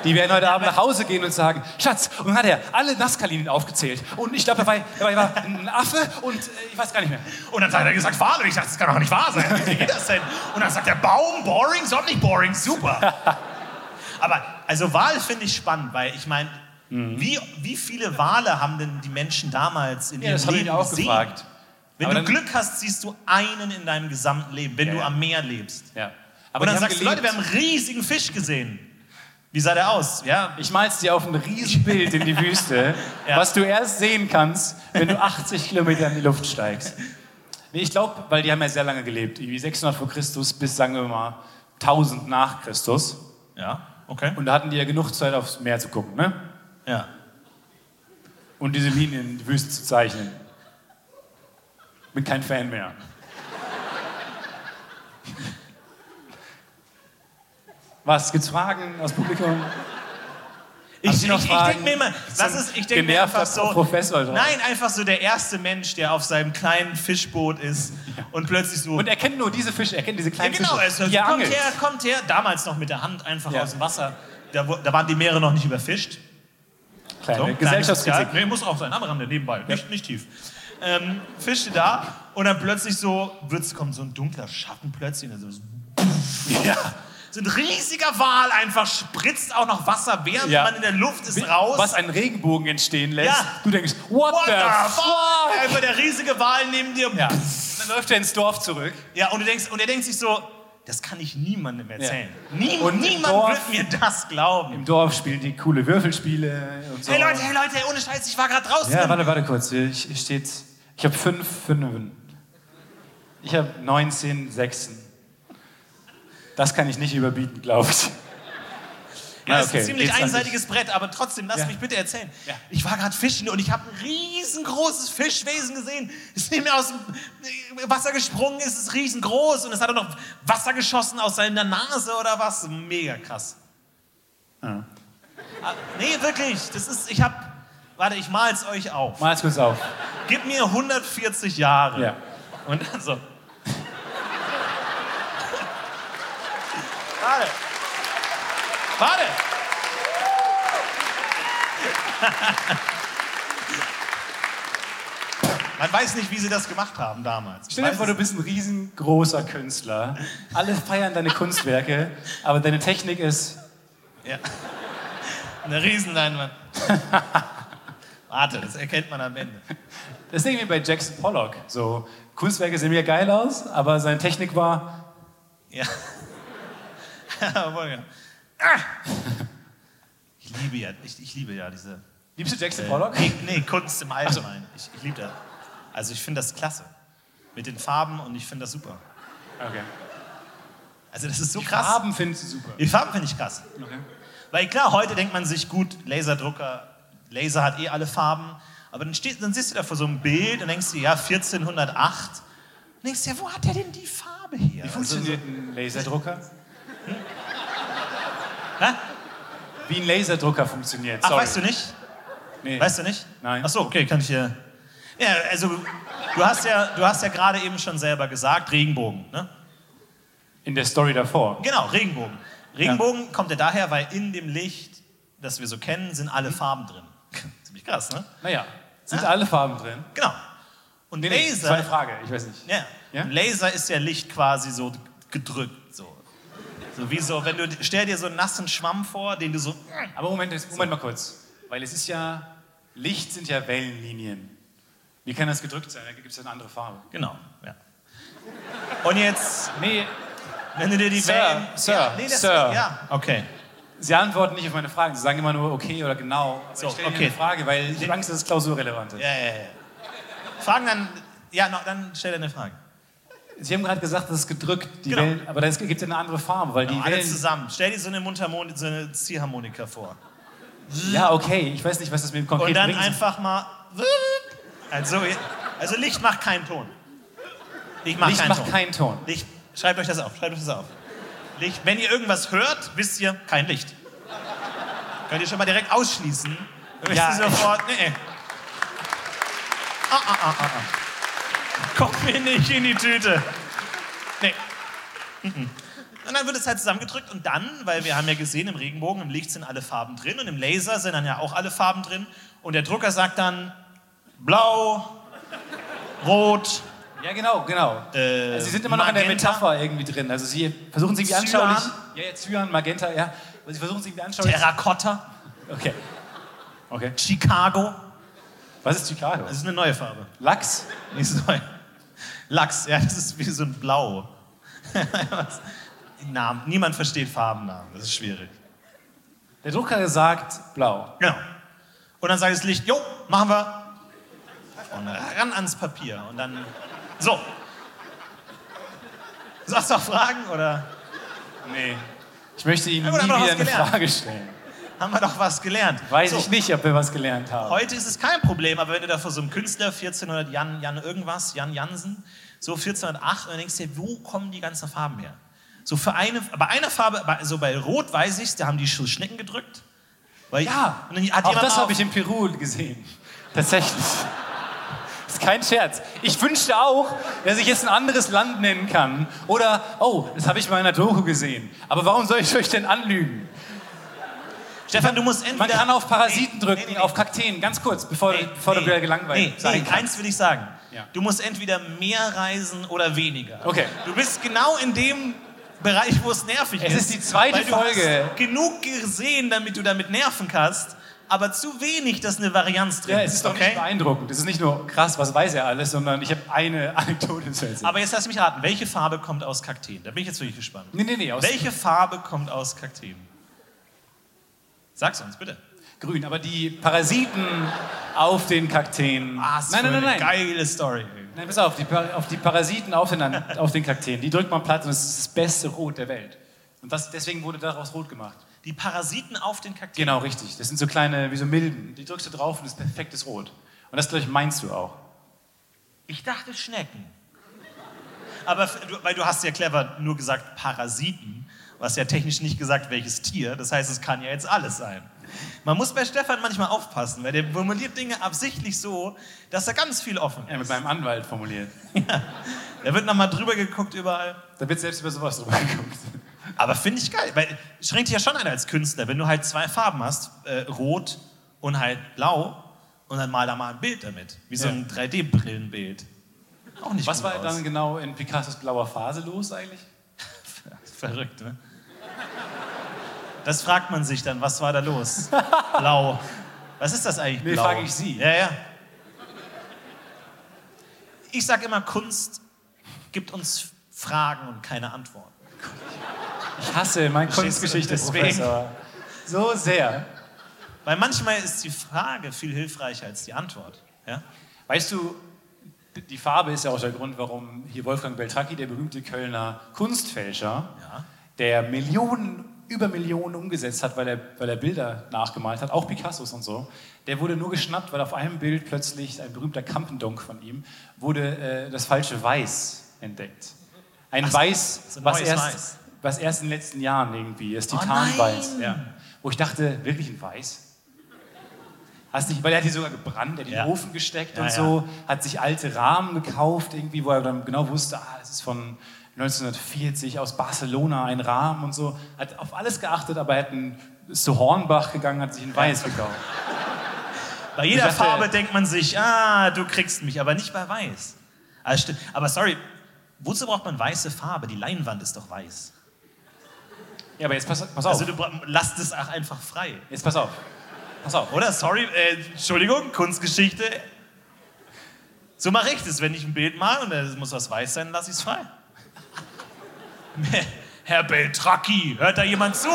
B: Die werden heute Abend nach Hause gehen und sagen, Schatz, und dann hat er alle Nazca-Linien aufgezählt. Und ich glaube, dabei, dabei war ein Affe und äh, ich weiß gar nicht mehr.
A: Und dann hat er gesagt, Wal. Und ich dachte, das kann doch nicht wahr sein. Wie geht das denn? Und dann sagt er, Baum, boring, ist doch nicht boring, super.
B: [laughs]
A: Aber, also Wal finde ich spannend, weil ich meine,
B: Mhm.
A: wie, wie viele Wale haben denn die Menschen damals in ihrem Leben gesehen? Wenn
B: Aber
A: du
B: dann-
A: Glück hast, siehst du einen in deinem gesamten Leben, wenn
B: Ja,
A: du
B: ja.
A: am Meer lebst.
B: Ja.
A: Aber
B: Aber
A: und
B: die
A: dann
B: haben
A: sagst du, Leute, wir
B: gelebt.
A: haben einen riesigen Fisch gesehen. Wie sah der aus? Ja,
B: ich mal's dir auf ein Riesenbild in die Wüste,
A: Ja.
B: was du erst sehen kannst, wenn du 80 Kilometer in die Luft steigst. Nee, ich glaube, weil die haben ja sehr lange gelebt. Irgendwie 600 vor Christus bis, sagen wir mal, 1000 nach Christus.
A: ja okay.
B: Und da hatten die ja genug Zeit, aufs Meer zu gucken, ne?
A: Ja.
B: und diese Linien in die Wüste zu zeichnen. Bin kein Fan mehr. Was? Gibt's Fragen aus Publikum? Haben
A: Ich,
B: Sie
A: ich,
B: noch
A: ich denke
B: Fragen?
A: mir immer, was
B: ein
A: ist, ich denke mir
B: genervter
A: einfach so,
B: Professor dran.
A: nein, einfach so der erste Mensch, der auf seinem kleinen Fischboot ist und plötzlich so,
B: Und er kennt nur diese Fische, er kennt diese
A: ja,
B: kleinen
A: genau,
B: Fische.
A: also,
B: die er
A: kommt
B: angelt.
A: her, kommt her, damals noch mit der Hand einfach
B: Ja.
A: aus dem Wasser, da, wo- da waren die Meere noch nicht überfischt.
B: Kleine
A: kleines-
B: Gesellschaftskritik.
A: Ja, nee, muss auch sein, am Rande, nebenbei, nicht, nicht tief. Ähm, Fische da und dann plötzlich so, wird's, kommt so ein dunkler Schatten plötzlich und dann so,
B: Ja.
A: [laughs] so ein riesiger Wal einfach spritzt auch noch Wasser, während
B: Ja.
A: man in der Luft ist, raus.
B: Was einen Regenbogen entstehen lässt.
A: Ja.
B: Du denkst, what,
A: What
B: the fuck?
A: Einfach der riesige Wal neben dir.
B: Ja.
A: Ja.
B: Und dann läuft er ins Dorf zurück.
A: und du denkst, und er denkt sich so, das kann ich niemandem erzählen. Nie,
B: Und im
A: niemand
B: Dorf-
A: wird mir das glauben.
B: Im Dorf spielen die coole Würfelspiele und so.
A: Hey Leute, hey Leute, ohne Scheiß, ich war gerade draußen.
B: Ja, warte, warte kurz. Ich, ich steht. Ich habe fünf Fünfen. Ich habe 19 Sechsen. Das kann ich nicht überbieten, glaube ich.
A: Ja,
B: Ah,
A: das ist ein
B: okay,
A: ziemlich
B: geht's an dich.
A: einseitiges Brett, aber trotzdem, lass
B: Ja.
A: mich bitte erzählen.
B: Ja.
A: Ich war gerade fischen und ich habe ein riesengroßes Fischwesen gesehen. Es ist neben mir aus dem Wasser gesprungen, es ist riesengroß und es hat auch noch Wasser geschossen aus seiner Nase oder was. Mega krass.
B: Ja.
A: Ah, Nee, wirklich, das ist, ich hab, warte, ich mal's euch auf.
B: Mal's kurz auf.
A: Gib mir 140 Jahre.
B: Ja.
A: Und dann so. Warte. Warte. Man weiß nicht, wie sie das gemacht haben damals.
B: Stell dir vor, du bist ein riesengroßer Künstler. Alle feiern
A: [laughs]
B: deine Kunstwerke, aber deine Technik ist.
A: ja. Eine Riesenleinwand. Warte, das erkennt man am Ende.
B: Das ist irgendwie bei Jackson Pollock. So, Kunstwerke sehen mir geil aus, aber seine Technik war.
A: Ja. [laughs] Voll genau. Ah! Ich liebe ja, ich, ich liebe ja diese.
B: Liebst du Jackson Pollock?
A: Äh, Nee, nee, Kunst im Allgemeinen. Ich, ich liebe das. Also ich finde das klasse. Mit den Farben und ich finde das super.
B: Okay.
A: Also das ist so krass. Also
B: Farben findest du super.
A: Die Farben finde ich krass. Weil klar, heute denkt man sich, gut, Laserdrucker, Laser hat eh alle Farben. Aber dann, stehst, dann siehst du da vor so einem Bild und denkst dir, ja, 1408. Und denkst dir, wo hat der denn die Farbe Also her?
B: Wie funktioniert ein Laserdrucker?
A: Hä?
B: Wie ein Laserdrucker funktioniert.
A: Ach,
B: Sorry.
A: weißt du nicht?
B: Nee.
A: Weißt du nicht?
B: Nein.
A: Ach so, okay, kann ich dir. Ja, also du hast ja, du hast ja gerade eben schon selber gesagt, Regenbogen. Ne?
B: In der Story davor.
A: Genau, Regenbogen. Regenbogen kommt ja daher, weil in dem Licht, das wir so kennen, sind
B: Mhm.
A: alle Farben drin. [laughs] Ziemlich krass, ne?
B: Naja, sind alle Farben drin?
A: Genau. Und
B: Das war eine
A: Laser,
B: Frage, ich weiß nicht.
A: ja,
B: Ja?
A: Und Laser ist ja Licht quasi so gedrückt, so. So wie so, wenn du stell dir so einen nassen Schwamm vor, den du so
B: Aber Moment, jetzt- Moment mal kurz. Weil es ist ja, Licht sind ja Wellenlinien. Wie kann das gedrückt sein? Da gibt es ja eine andere Farbe.
A: genau, ja. Und jetzt,
B: Nee,
A: wenn du dir die
B: Sir,
A: Wellen,
B: Sir,
A: ja, nee, das,
B: Sir.
A: ja, okay.
B: Sie antworten nicht auf meine Fragen. Sie sagen immer nur okay oder genau. Aber
A: So,
B: ich stelle
A: okay.
B: eine Frage, weil ich habe Angst, dass es klausurrelevant ist.
A: Ja, ja, ja. Fragen dann. Ja, no, dann stell dir eine Frage.
B: Sie haben gerade gesagt, das ist gedrückt. Die
A: Genau.
B: Wellen, aber da gibt es ja eine andere Farbe, weil die
A: Alle
B: Wellen...
A: zusammen. Stell dir so eine Mundharmonika, so eine Ziehharmonika vor.
B: Ja, okay. Ich weiß nicht, was das mit dem konkreten
A: Und dann
B: bringt.
A: einfach mal. Also, also Licht macht keinen Ton. Licht macht
B: Licht
A: keinen
B: macht
A: Ton.
B: keinen Ton.
A: Licht, schreibt euch das auf. Schreibt euch das auf. Licht, wenn ihr irgendwas hört, wisst ihr, kein Licht. Könnt ihr schon mal direkt ausschließen. Dann wisst
B: Ja.
A: ihr sofort, nee. Ah, ah, ah, ah, ah. Kommt mir nicht in die Tüte. Nee. Mhm. Und dann wird es halt zusammengedrückt und dann, weil wir haben ja gesehen, im Regenbogen, im Licht sind alle Farben drin und im Laser sind dann ja auch alle Farben drin und der Drucker sagt dann blau, rot,
B: Ja, genau, genau.
A: Äh,
B: also sie sind immer noch in der
A: Magenta.
B: Metapher irgendwie drin. Also sie versuchen es irgendwie anschaulich.
A: Cyan.
B: Ja, ja, Cyan, Magenta, ja. Aber sie versuchen es irgendwie anschaulich.
A: Terrakotta,
B: Okay. Okay.
A: Chicago.
B: Was ist Chicago?
A: Das ist eine neue Farbe.
B: Lachs?
A: Nicht so neu. Lachs, ja, das ist wie so ein Blau. [laughs] Was? Namen. Niemand versteht Farbennamen, das ist schwierig.
B: Der Drucker sagt blau.
A: Genau. Und dann sagt das Licht, jo, machen wir. Und ran ans Papier. Und dann, so. Hast du noch Fragen? Oder?
B: Nee. Ich möchte Ihnen
A: Ja,
B: nie
A: gut, haben wir noch
B: wieder eine
A: was gelernt.
B: Frage stellen.
A: haben wir doch was gelernt.
B: Weiß
A: so,
B: ich nicht, ob wir was gelernt haben.
A: Heute ist es kein Problem, aber wenn du da vor so einem Künstler 1400 Jan, Jan irgendwas, Jan Jansen, so 1408, und dann denkst du dir, wo kommen die ganzen Farben her? So für eine, bei einer Farbe, bei, so bei Rot weiß ich, da haben die schon Schnecken gedrückt. Weil
B: Ja,
A: und dann hat
B: auch
A: jemand
B: das
A: mal
B: habe ich in Peru gesehen. Tatsächlich. Ist kein Scherz. Ich wünschte auch, dass ich jetzt ein anderes Land nennen kann. Oder, oh, das habe ich mal in einer Doku gesehen. Aber warum soll ich euch denn anlügen?
A: Stefan, du musst entweder.
B: Man kann auf Parasiten
A: Nee,
B: drücken,
A: nee, nee.
B: auf Kakteen, ganz kurz, bevor,
A: Nee,
B: du, bevor du
A: nee,
B: wieder
A: nee,
B: gelangweilt
A: nee,
B: sein kannst.
A: eins will ich sagen.
B: Ja.
A: Du musst entweder mehr reisen oder weniger.
B: Okay.
A: Du bist genau in dem Bereich, wo es nervig
B: Es
A: ist.
B: ist die zweite
A: weil du
B: Folge.
A: Hast genug gesehen, damit du damit nerven kannst, aber zu wenig, dass eine Varianz drin
B: Ja, es ist doch nicht
A: okay?
B: beeindruckend. Es ist nicht nur krass, was weiß er alles, sondern ich habe eine [laughs] Anekdote zu erzählen.
A: Aber jetzt lass mich raten, welche Farbe kommt aus Kakteen? Da bin ich jetzt wirklich gespannt.
B: nee, nee, nee, aus
A: Welche Farbe kommt aus Kakteen? Sag's uns, bitte.
B: grün. Aber die Parasiten auf den Kakteen.
A: Ah, ist
B: nein,
A: wohl
B: nein, nein,
A: eine
B: nein.
A: Geile Story. ey.
B: Nein, pass auf, die, Par- auf die Parasiten auf den, An- auf den Kakteen, die drückt man platt und es ist das beste Rot der Welt. Und das, deswegen wurde daraus Rot gemacht.
A: Die Parasiten auf den Kakteen.
B: Genau, richtig. Das sind so kleine, wie so Milben. Die drückst du drauf und es ist perfektes Rot. Und das, glaube ich, meinst du auch.
A: Ich dachte Schnecken. Aber f- du, weil du hast ja clever nur gesagt Parasiten, was ja technisch nicht gesagt welches Tier. Das heißt, es kann ja jetzt alles sein. Man muss bei Stefan manchmal aufpassen, weil der formuliert Dinge absichtlich so, dass da ganz viel offen
B: Ja, mit
A: ist.
B: meinem Anwalt formuliert.
A: Da wird nochmal drüber geguckt überall.
B: Da wird selbst über sowas drüber geguckt.
A: Aber finde ich geil, weil es schränkt dich ja schon ein als Künstler, wenn du halt zwei Farben hast, äh, rot und halt blau, und dann mal da mal ein Bild damit, wie so
B: Ja.
A: ein 3D-Brillenbild. Auch nicht
B: Was
A: gut
B: war
A: aus.
B: dann genau in Picassos blauer Phase los eigentlich?
A: Verrückt, ne? Das fragt man sich dann, was war da
B: [laughs]
A: los? Blau. Was ist das eigentlich?
B: Nee,
A: Blau?
B: frage ich Sie.
A: Ja, ja. Ich sag immer, Kunst gibt uns Fragen und keine Antworten.
B: Ich hasse mein
A: Verstehst du?
B: Kunstgeschichte-Professor so sehr.
A: Weil manchmal ist die Frage viel hilfreicher als die Antwort. Ja?
B: Weißt du, die Farbe ist ja auch der Grund, warum hier Wolfgang Beltracchi, der berühmte Kölner Kunstfälscher,
A: Ja.
B: der Millionen über Millionen umgesetzt hat, weil er, weil er Bilder nachgemalt hat, auch Picassos und so, der wurde nur geschnappt, weil auf einem Bild plötzlich ein berühmter Kampendonk von ihm wurde äh, das falsche Weiß entdeckt. Ein
A: Ach,
B: Weiß,
A: so ein
B: was
A: neues
B: erst,
A: Weiß.
B: was erst in den letzten Jahren irgendwie ist,
A: Oh
B: Titanweiß.
A: nein!
B: ja. Wo ich dachte, wirklich ein Weiß? Hast nicht, weil er hat die sogar gebrannt, er hat die
A: Ja.
B: in den Ofen gesteckt
A: Ja,
B: und
A: ja.
B: so, hat sich alte Rahmen gekauft, irgendwie, wo er dann genau wusste, ah, das ist von 1940 aus Barcelona ein Rahmen und so. Hat auf alles geachtet, aber er hat einen, ist zu Hornbach gegangen, hat sich ein Weiß gekauft.
A: Bei jeder
B: Ich dachte-
A: Farbe denkt man sich, ah, du kriegst mich, aber nicht bei weiß. Also, sti- aber sorry, wozu braucht man weiße Farbe? Die Leinwand ist doch weiß.
B: Ja, aber jetzt pass, pass auf.
A: Also du bra- lass das auch einfach frei,
B: jetzt pass auf. Pass auf.
A: oder? Sorry, äh, Entschuldigung, Kunstgeschichte. So mache ich das, wenn ich ein Bild male und es muss was weiß sein, lasse ich es frei. [laughs] Herr Beltracchi, hört da jemand zu?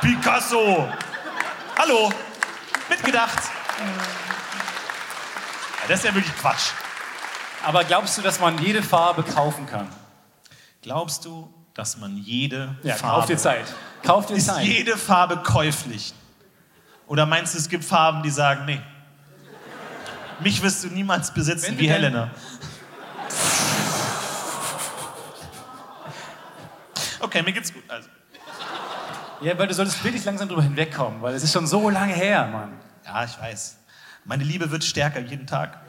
A: Picasso! Hallo, mitgedacht. Ja, das ist ja wirklich Quatsch.
B: Aber glaubst du, dass man jede Farbe kaufen kann?
A: Glaubst du, dass man jede
B: Ja,
A: Farbe
B: kauf dir Zeit. Kauf dir
A: ist
B: Zeit.
A: jede Farbe käuflich? Oder meinst du, es gibt Farben, die sagen, nee, mich wirst du niemals besitzen
B: Wenn
A: wie
B: du denn-
A: Helena? Okay, mir geht's gut. Also,
B: ja, weil du solltest wirklich langsam drüber hinwegkommen, weil es ist schon so lange her, Mann.
A: ja, ich weiß. Meine Liebe wird stärker jeden Tag.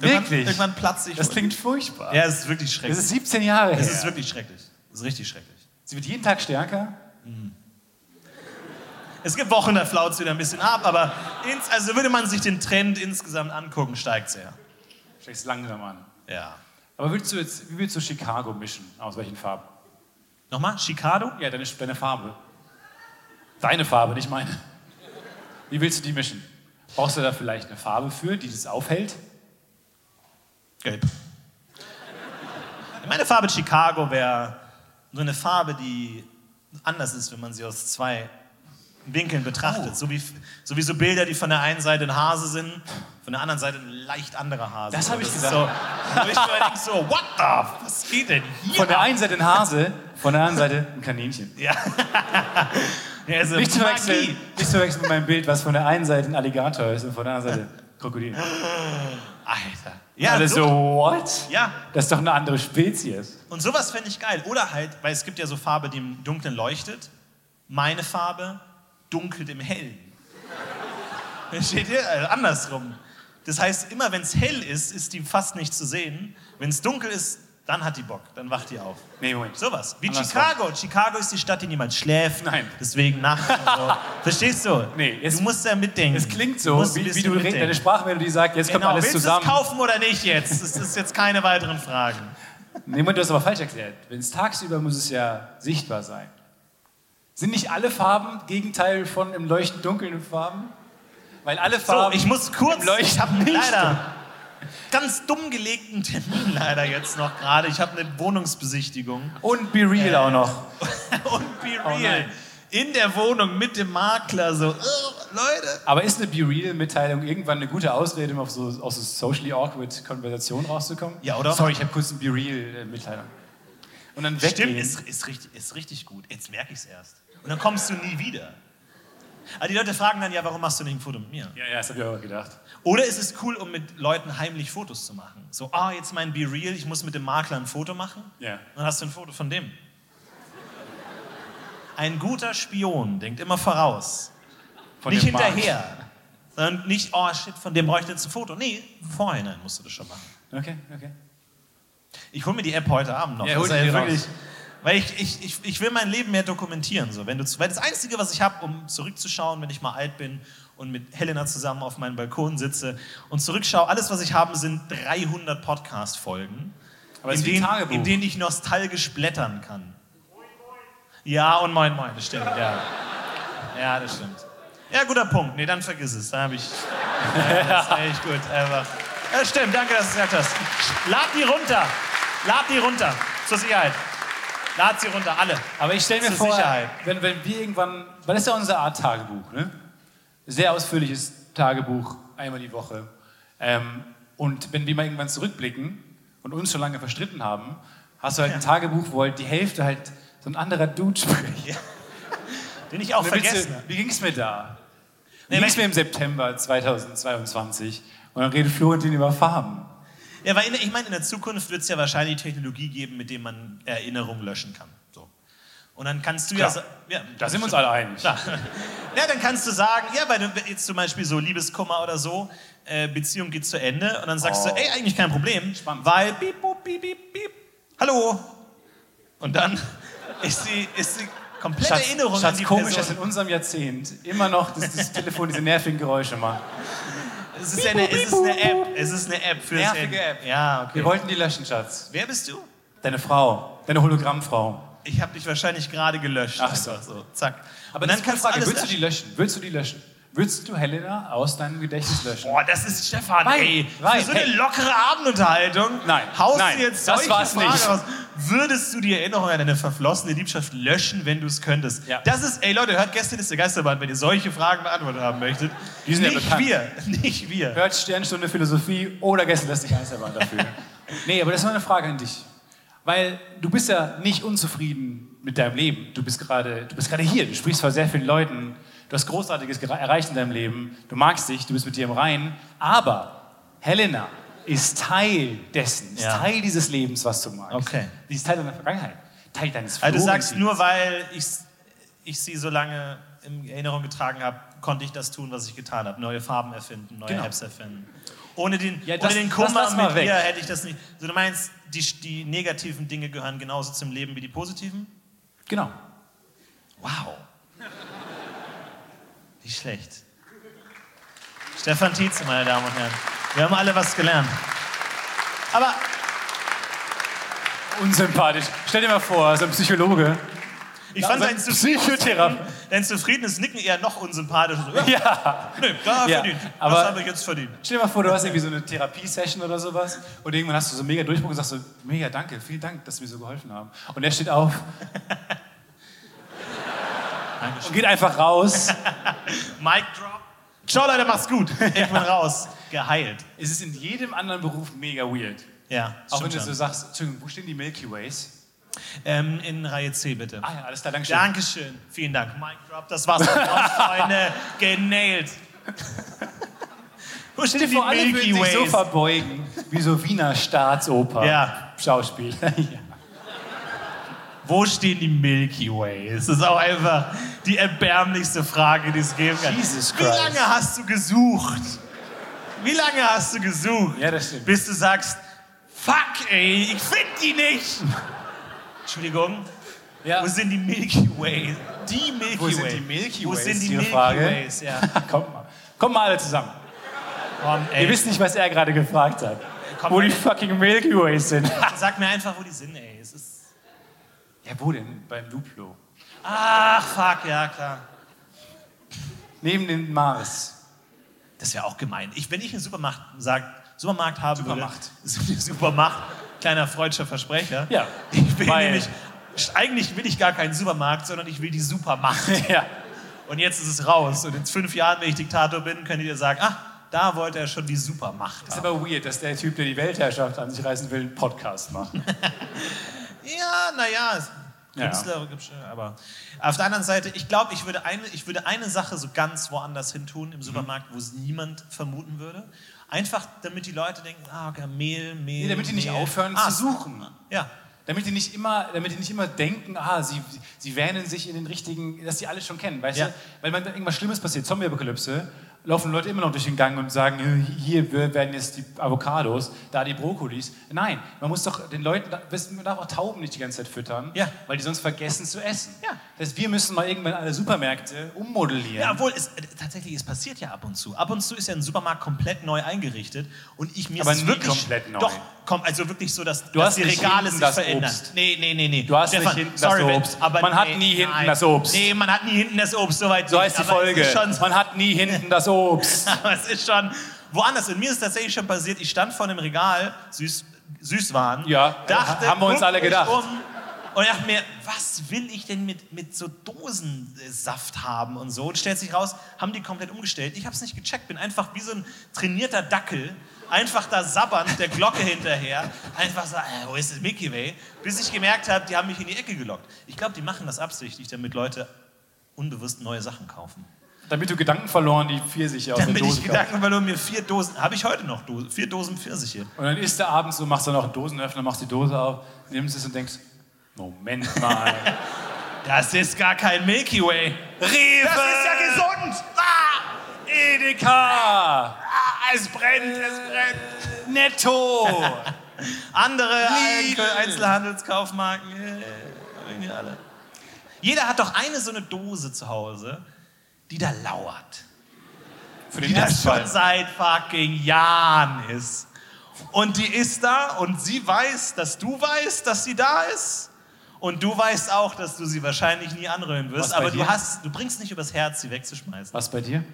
A: Irgendwann,
B: Wirklich?
A: irgendwann platze ich.
B: Das klingt furchtbar.
A: ja, es ist wirklich
B: Das
A: schrecklich.
B: ist 17 Jahre her.
A: Es ist wirklich schrecklich. Es ist richtig schrecklich.
B: Sie wird jeden Tag stärker.
A: Es gibt Wochen, da flaut es wieder ein bisschen ab, aber ins, also würde man sich den Trend insgesamt angucken, steigt es ja.
B: Vielleicht langsam an.
A: Ja.
B: Aber würdest du jetzt, wie würdest du Chicago mischen? Aus welchen Farben?
A: Nochmal, Chicago?
B: Ja, deine, deine Farbe. Deine Farbe, nicht meine. Wie willst du die mischen? Brauchst du da vielleicht eine Farbe für, die das aufhält?
A: Gelb. Meine Farbe Chicago wäre so eine Farbe, die anders ist, wenn man sie aus zwei Winkeln
B: Oh.
A: betrachtet. So, wie, so wie so Bilder, die von der einen Seite ein Hase sind, von der anderen Seite ein leicht anderer Hase.
B: Das hab
A: Oder
B: ich
A: ist
B: gedacht.
A: So, da bin ich mir denk so, what the, f- was geht denn hier?
B: Von der einen Seite ein Hase, von der anderen Seite ein Kaninchen.
A: Ja, also
B: Nicht zu
A: Magie.
B: verwechseln, nicht zu verwechseln mit meinem Bild, was von der einen Seite ein Alligator ist und von der anderen Seite Krokodil.
A: Alter. Ja,
B: Alle so,
A: so.
B: what?
A: Ja,
B: Das ist doch eine andere Spezies.
A: Und sowas fände ich geil. Oder halt, weil es gibt ja so Farbe, die im Dunklen leuchtet. Meine Farbe dunkelt im Hellen. [laughs] Versteht ihr? Also andersrum. Das heißt, immer wenn es hell ist, ist die fast nicht zu sehen. Wenn es dunkel ist, dann hat die Bock, dann wacht die auf.
B: Nee, Moment.
A: Sowas. Wie
B: Andersrum.
A: Chicago. Chicago ist die Stadt, die niemand schläft.
B: Nein.
A: Deswegen Nacht. und
B: [laughs]
A: So. Verstehst du?
B: Nee, es-
A: du musst da mitdenken.
B: Es klingt
A: Du
B: so,
A: musst ein
B: wie, wie
A: bisschen
B: du redest,
A: mitdenken.
B: deine Sprachmelodie sagt, jetzt
A: Genau.
B: kommt alles
A: Willst
B: zusammen.
A: du es kaufen oder nicht jetzt? Das ist jetzt keine weiteren Fragen.
B: Nee, Moment, du hast aber falsch erklärt. Wenn es tagsüber muss es ja sichtbar sein. Sind nicht alle Farben Gegenteil von im leuchtend dunklen Farben? Weil alle
A: So,
B: Farben.
A: ich muss kurz.
B: Im Leuchten
A: ich habe
B: nicht.
A: leider ganz dumm gelegten Termin leider jetzt noch gerade. Ich habe eine Wohnungsbesichtigung [laughs]
B: und Be
A: Äh.
B: Real auch noch.
A: und be
B: Oh
A: real
B: nein.
A: in der Wohnung mit dem Makler so, oh, Leute.
B: Aber ist eine Be Real-Mitteilung irgendwann eine gute Ausrede, um auf so, aus so socially awkward Konversationen rauszukommen?
A: Ja, oder?
B: Sorry, ich habe kurz eine Be Real-Mitteilung. Und dann weggehen.
A: Stimmt, ist, ist, richtig, ist richtig gut. Jetzt merke ich es erst. Und dann kommst du nie wieder. Aber die Leute fragen dann ja, warum machst du nicht ein Foto mit mir?
B: ja, ja, das habe ich auch gedacht.
A: Oder ist es cool, um mit Leuten heimlich Fotos zu machen? So, ah, jetzt mein Be Real, ich muss mit dem Makler ein Foto machen.
B: Ja.
A: Dann hast du ein Foto von dem. Ein guter Spion denkt immer voraus.
B: Von
A: nicht
B: dem Markt.
A: hinterher. Sondern nicht, oh shit, von dem bräuchte ich jetzt ein Foto. Nee, im vorhinein musst du das schon machen.
B: Okay, okay.
A: Ich hole mir die App heute Abend noch.
B: Ja, hol
A: Das ist
B: die
A: ja
B: raus.
A: weil ich, ich, ich, ich will mein Leben mehr dokumentieren. So. Wenn du, zu- weil das Einzige, was ich habe, um zurückzuschauen, wenn ich mal alt bin und mit Helena zusammen auf meinem Balkon sitze und zurückschaue, alles, was ich habe, sind 300 Podcast-Folgen,
B: Aber
A: in,
B: es ist wie
A: denen-
B: ein Tagebuch.
A: in denen ich nostalgisch blättern kann. Ja, und moin, moin, das stimmt, ja. Ja, das stimmt. Ja, guter Punkt. Nee, dann vergiss es. Da habe ich. Ja, das ist echt gut. Einfach. Ja, stimmt, danke, dass du es gesagt hast. Lad die runter. Lad die runter. Zur Sicherheit. Lad sie runter, alle.
B: Aber ich stelle mir
A: Zur
B: vor,
A: Sicherheit.
B: wenn, wenn wir irgendwann, weil das ist ja unsere Art Tagebuch, ne? Sehr ausführliches Tagebuch, einmal die Woche. Ähm, und wenn wir mal irgendwann zurückblicken und uns schon lange verstritten haben, hast du halt ein Tagebuch, wo halt die Hälfte halt so ein anderer Dude spricht.
A: Den ich auch
B: Und dann willst
A: vergessen.
B: Du, wie ging's mir da? Wie
A: Nee,
B: ging's
A: weil-
B: mir im September 2022? Und dann redet Florentin über Farben.
A: Ja, weil in, ich meine, in der Zukunft wird es ja wahrscheinlich Technologie geben, mit der man Erinnerungen löschen kann. So. Und dann kannst du ja.
B: Klar.
A: sa- ja
B: Da sind wir uns alle einig.
A: Klar. [laughs] Ja, dann kannst du sagen, ja, weil du jetzt zum Beispiel so Liebeskummer oder so, äh, Beziehung geht zu Ende und dann sagst du, ey, eigentlich kein Problem,
B: Spannend.
A: weil piep, bup, piep, piep, piep, hallo. Und dann ist die, ist die komplette
B: Schatz,
A: Erinnerung an
B: Schatz,
A: die
B: komisch, dass
A: Person.
B: in unserem Jahrzehnt immer noch das, das Telefon diese nervigen Geräusche macht.
A: Es ist, ja eine, es ist eine App, es ist eine App für
B: Nervige
A: das Handy.
B: App.
A: Ja, okay.
B: Wir wollten die löschen, Schatz.
A: Wer bist du?
B: Deine Frau, deine Hologrammfrau.
A: Ich habe dich wahrscheinlich gerade gelöscht.
B: Ach so.
A: Einfach Zack.
B: Aber
A: und dann
B: dann ist keine
A: kannst du
B: Frage,
A: alles
B: willst du
A: löschen.
B: die löschen? Willst du die löschen? Willst du Helena aus deinem Gedächtnis löschen?
A: Boah, das ist Stefan,
B: Nein,
A: ey.
B: nein,
A: für so eine
B: hey.
A: lockere Abendunterhaltung.
B: Nein,
A: Haust
B: nein,
A: du jetzt
B: das
A: solche
B: war's
A: Fragen
B: nicht.
A: raus. Würdest du die Erinnerung an deine verflossene Liebschaft löschen, wenn du es könntest?
B: Ja.
A: Das ist, ey Leute, hört gestern ist der Geisterbahn, wenn ihr solche Fragen beantwortet haben möchtet.
B: Die sind ja
A: nicht
B: bekannt.
A: wir, [laughs] nicht wir.
B: Hört Sternstunde Philosophie oder gestern lässt dich
A: [laughs]
B: Geisterbahn dafür. nee, aber das ist mal eine Frage an dich. Weil du bist ja nicht unzufrieden mit deinem Leben. Du bist gerade, du bist gerade hier. Du sprichst vor sehr vielen Leuten. Du hast Großartiges gera- erreicht in deinem Leben. Du magst dich. Du bist mit dir im Reinen. Aber Helena ist Teil dessen, ist
A: Ja.
B: Teil dieses Lebens, was du magst.
A: Okay.
B: Die ist Teil deiner Vergangenheit, Teil deines
A: Also du sagst
B: Florentins.
A: nur, weil ich, ich sie so lange in Erinnerung getragen habe, konnte ich das tun, was ich getan habe. Neue Farben erfinden, neue
B: Genau.
A: Apps erfinden. Ohne den,
B: Ja,
A: ohne
B: das-
A: den
B: das
A: Kummer
B: lass mal
A: mit
B: weg.
A: ihr hätte ich das nicht. So, du meinst, die, die negativen Dinge gehören genauso zum Leben wie die positiven?
B: Genau.
A: Wow. Nicht schlecht. Stefan Tietze, meine Damen und Herren. Wir haben alle was gelernt. Aber
B: Unsympathisch. Stell dir mal vor, so ein Psychologe.
A: ich fand dein,
B: Psychotherapeut.
A: dein zufriedenes Nicken eher noch unsympathischer.
B: [laughs]
A: So, [laughs] ja,
B: Ja.
A: nee, da
B: Ja,
A: verdient.
B: aber-
A: das habe ich jetzt verdient.
B: Stell dir mal vor, du hast irgendwie so eine Therapiesession oder sowas und irgendwann hast du so einen mega Durchbruch und sagst so, mega danke, vielen Dank, dass Sie mir so geholfen haben. Und er steht auf. Und geht einfach raus.
A: Mic drop.
C: Ciao, Leute, macht's
A: [laughs]
C: gut.
A: Ich bin raus. Geheilt.
B: es ist in jedem anderen Beruf mega weird.
A: Ja,
B: Auch wenn
A: stimmt
B: du so
A: schon.
B: sagst, Entschuldigung, wo stehen die Milky Ways?
A: Ähm, in Reihe C, bitte.
B: Ah ja, alles klar, Dankeschön.
A: Dankeschön. Vielen Dank. Mic drop. Das war's. Freunde, genailed. Wo steht die
B: Vor allem würden
A: Milky
B: sich so
A: Ways?
B: verbeugen, wie so Wiener Staatsoper.
A: Ja.
B: Schauspiel. [laughs] ja.
A: Wo stehen die Milky Ways? Das ist auch einfach die erbärmlichste Frage, die es geben kann.
B: Jesus
A: Wie
B: Christ.
A: lange hast du gesucht? Wie lange hast du gesucht?
B: Ja, das stimmt.
A: Bis du sagst, fuck ey, ich find die nicht. Entschuldigung,
B: Ja.
A: wo sind die Milky Ways? Die Milky
B: Wo sind
A: Way.
B: die Milky
A: Wo
B: Ways,
A: sind die
B: Ihre
A: Milky
B: Frage?
A: Ways? Ja.
B: [laughs] Kommt mal. Kommt mal alle zusammen.
A: Komm, ey,
B: Ihr wisst nicht, was er gerade gefragt hat.
A: Komm,
B: wo die
A: ey.
B: fucking Milky Ways sind.
A: sag mir einfach, wo die sind, ey. Es ist
B: ja, wo denn? Beim Duplo.
A: Ach, fuck, ja, klar.
B: Neben dem Mars.
A: Das wäre auch gemein. Ich, wenn ich einen Supermarkt, sag, Supermarkt haben
B: Supermacht.
A: [laughs] würde, Supermarkt, kleiner freudscher Versprecher.
B: Ja,
A: Ich will
B: weil- [laughs]
A: nämlich, eigentlich will ich gar keinen Supermarkt, sondern ich will die Supermacht.
B: [laughs] ja.
A: Und jetzt ist es raus. Und in fünf Jahren, wenn ich Diktator bin, könnt ihr sagen, ah, da wollte er schon die Supermacht.
B: Ist
A: haben.
B: aber weird, dass der Typ, der die Weltherrschaft an sich reißen will, einen Podcast macht.
A: Ja, naja,
B: Ja.
A: Künstler gibt's schon, aber auf der anderen Seite, ich glaube, ich, würde eine- ich würde eine Sache so ganz woanders hin tun
B: Mhm.
A: im Supermarkt, wo es niemand vermuten würde. Einfach, damit die Leute denken, ah, okay, Mehl, Mehl.
B: Nee, damit die nicht
A: Mehl.
B: aufhören
A: ah,
B: zu suchen.
A: Ja,
B: Damit die nicht immer, damit die nicht immer denken, ah, sie, sie wähnen sich in den richtigen, dass die alles schon kennen, weißt
A: Ja.
B: du? Weil wenn irgendwas Schlimmes passiert, Zombie-Apokalypse, laufen Leute immer noch durch den Gang und sagen, äh, hier wir werden jetzt die Avocados, da die Brokkolis. Nein, man muss doch den Leuten, wissen, man darf auch Tauben nicht die ganze Zeit füttern,
A: Ja.
B: weil die sonst vergessen zu essen.
A: Ja.
B: Das heißt, wir müssen mal irgendwann alle Supermärkte ummodellieren.
A: ja obwohl, es, äh, tatsächlich, es passiert ja ab und zu. Ab und zu ist ja ein Supermarkt komplett neu eingerichtet und ich mir
B: Aber
A: ist es
B: nie
A: wirklich
B: komplett neu.
A: Doch, komm, also wirklich so, dass,
B: Du
A: dass
B: hast
A: die
B: nicht
A: Regale
B: hinten
A: sich
B: das
A: verändern.
B: Obst.
A: Nee, nee, nee, nee.
B: Du hast nicht
A: Stefan,
B: hinten das
A: sorry, wenn-
B: Obst. Man hat nie hinten das Obst.
A: Nee, man hat nie hinten das Obst, soweit
B: so heißt die
A: nicht, aber es
B: Folge.
A: ist Schon so,
B: Man hat nie hinten das Obst.
A: Aber [laughs] es ist schon woanders. Und mir ist tatsächlich schon passiert, ich stand vor einem Regal, süß, Süßwaren.
B: Ja, äh,
A: dachte,
B: haben wir uns
A: guck
B: alle
A: mich
B: gedacht.
A: Um, und dachte mir, was will ich denn mit, mit so Dosensaft haben und so? Und stellt sich raus, haben die komplett umgestellt. Ich habe es nicht gecheckt, bin einfach wie so ein trainierter Dackel, einfach da sabbernd der Glocke hinterher. Einfach so, äh, wo ist das Mickey Way? Bis ich gemerkt habe, die haben mich in die Ecke gelockt. Ich glaube, die machen das absichtlich, damit Leute unbewusst neue Sachen kaufen.
B: Damit du Gedanken verloren, die Pfirsiche aus
A: Damit
B: der
A: ich
B: Dose kaufst.
A: Gedanken verloren mir vier Dosen, habe ich heute noch Dose, vier Dosen Pfirsiche.
B: Und dann isst du abends so, machst dann noch einen Dosenöffner, machst die Dose auf, nimmst es und denkst, Moment mal.
A: Das ist gar kein Milky Way. Äh,
B: Rewe!
C: Das ist ja gesund. Ah,
B: Edeka!
C: ah, es brennt, es brennt.
B: Netto!
A: Andere
B: Lidl.
A: Alko- Einzelhandelskaufmarken, äh, irgendwie alle. Jeder hat doch eine so eine Dose zu Hause, die da lauert.
B: Für den
A: Die da schon
B: Ernstfall.
A: seit fucking Jahren ist. Und die ist da und sie weiß, dass du weißt, dass sie da ist. Und du weißt auch, dass du sie wahrscheinlich nie anrühren wirst.
B: Was bei
A: Aber du,
B: dir?
A: hast, du bringst nicht übers Herz, sie wegzuschmeißen.
B: Was bei dir?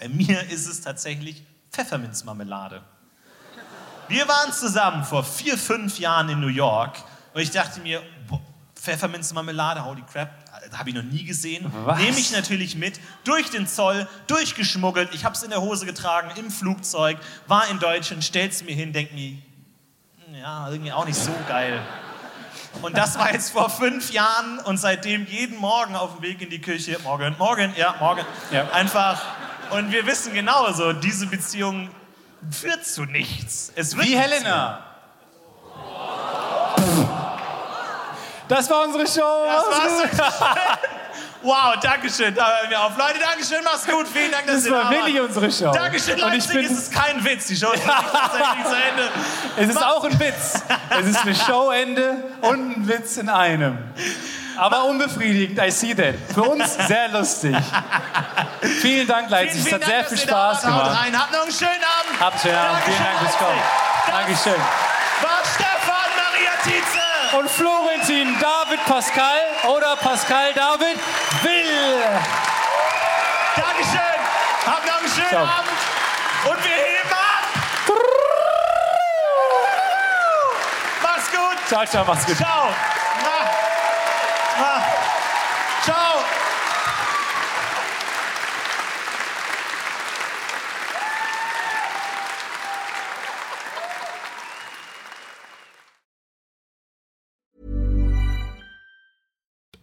A: Bei mir ist es tatsächlich Pfefferminzmarmelade. Wir waren zusammen vor vier, fünf Jahren in New York und ich dachte mir, boah, Pfefferminzmarmelade, holy crap, äh, habe ich noch nie gesehen.
B: Was?
A: Nehme ich natürlich mit, durch den Zoll, durchgeschmuggelt. Ich habe es in der Hose getragen, im Flugzeug, war in Deutschland, stell's mir hin, denk mir, ja, irgendwie auch nicht so geil. Und das war jetzt vor fünf Jahren und seitdem jeden Morgen auf dem Weg in die Küche, morgen, morgen, ja, morgen,
B: Ja.
A: einfach. Und wir wissen genau so, diese Beziehung führt zu nichts. Es wird
B: Wie
A: nichts
B: Helena! Das war unsere Show!
A: Das war's. [laughs] Wow, Dankeschön. Da hören wir auf. Leute, Dankeschön, mach's gut. Vielen Dank, dass
B: Das
A: ihr da
B: war wirklich
A: wart.
B: unsere Show.
A: Dankeschön,
B: Und ich
A: Leipzig.
B: bin,
A: es ist kein Witz. Die Show ist
B: [laughs]
A: tatsächlich zu Ende.
B: es ist auch ein Witz. Es ist eine Showende und ein Witz in einem. Aber unbefriedigend, I see that. Für uns sehr lustig. Vielen Dank,
A: Vielen,
B: Leipzig. Es
A: vielen Dank,
B: hat sehr
A: dass
B: viel
A: ihr
B: Spaß
A: da wart. Haut
B: gemacht.
A: Rein. Habt noch einen schönen Abend.
B: Habt schönen Abend. Vielen Dank fürs Kommen. Dankeschön.
A: War Stefan Maria Tietze.
B: Und Florentin David Pascal oder Pascal David will.
A: Dankeschön. Habt noch einen schönen
B: Ciao.
A: Abend. Und wir heben ab. Mach's gut.
B: Ciao, ciao, macht's gut.
A: Ciao. Ma. Ma.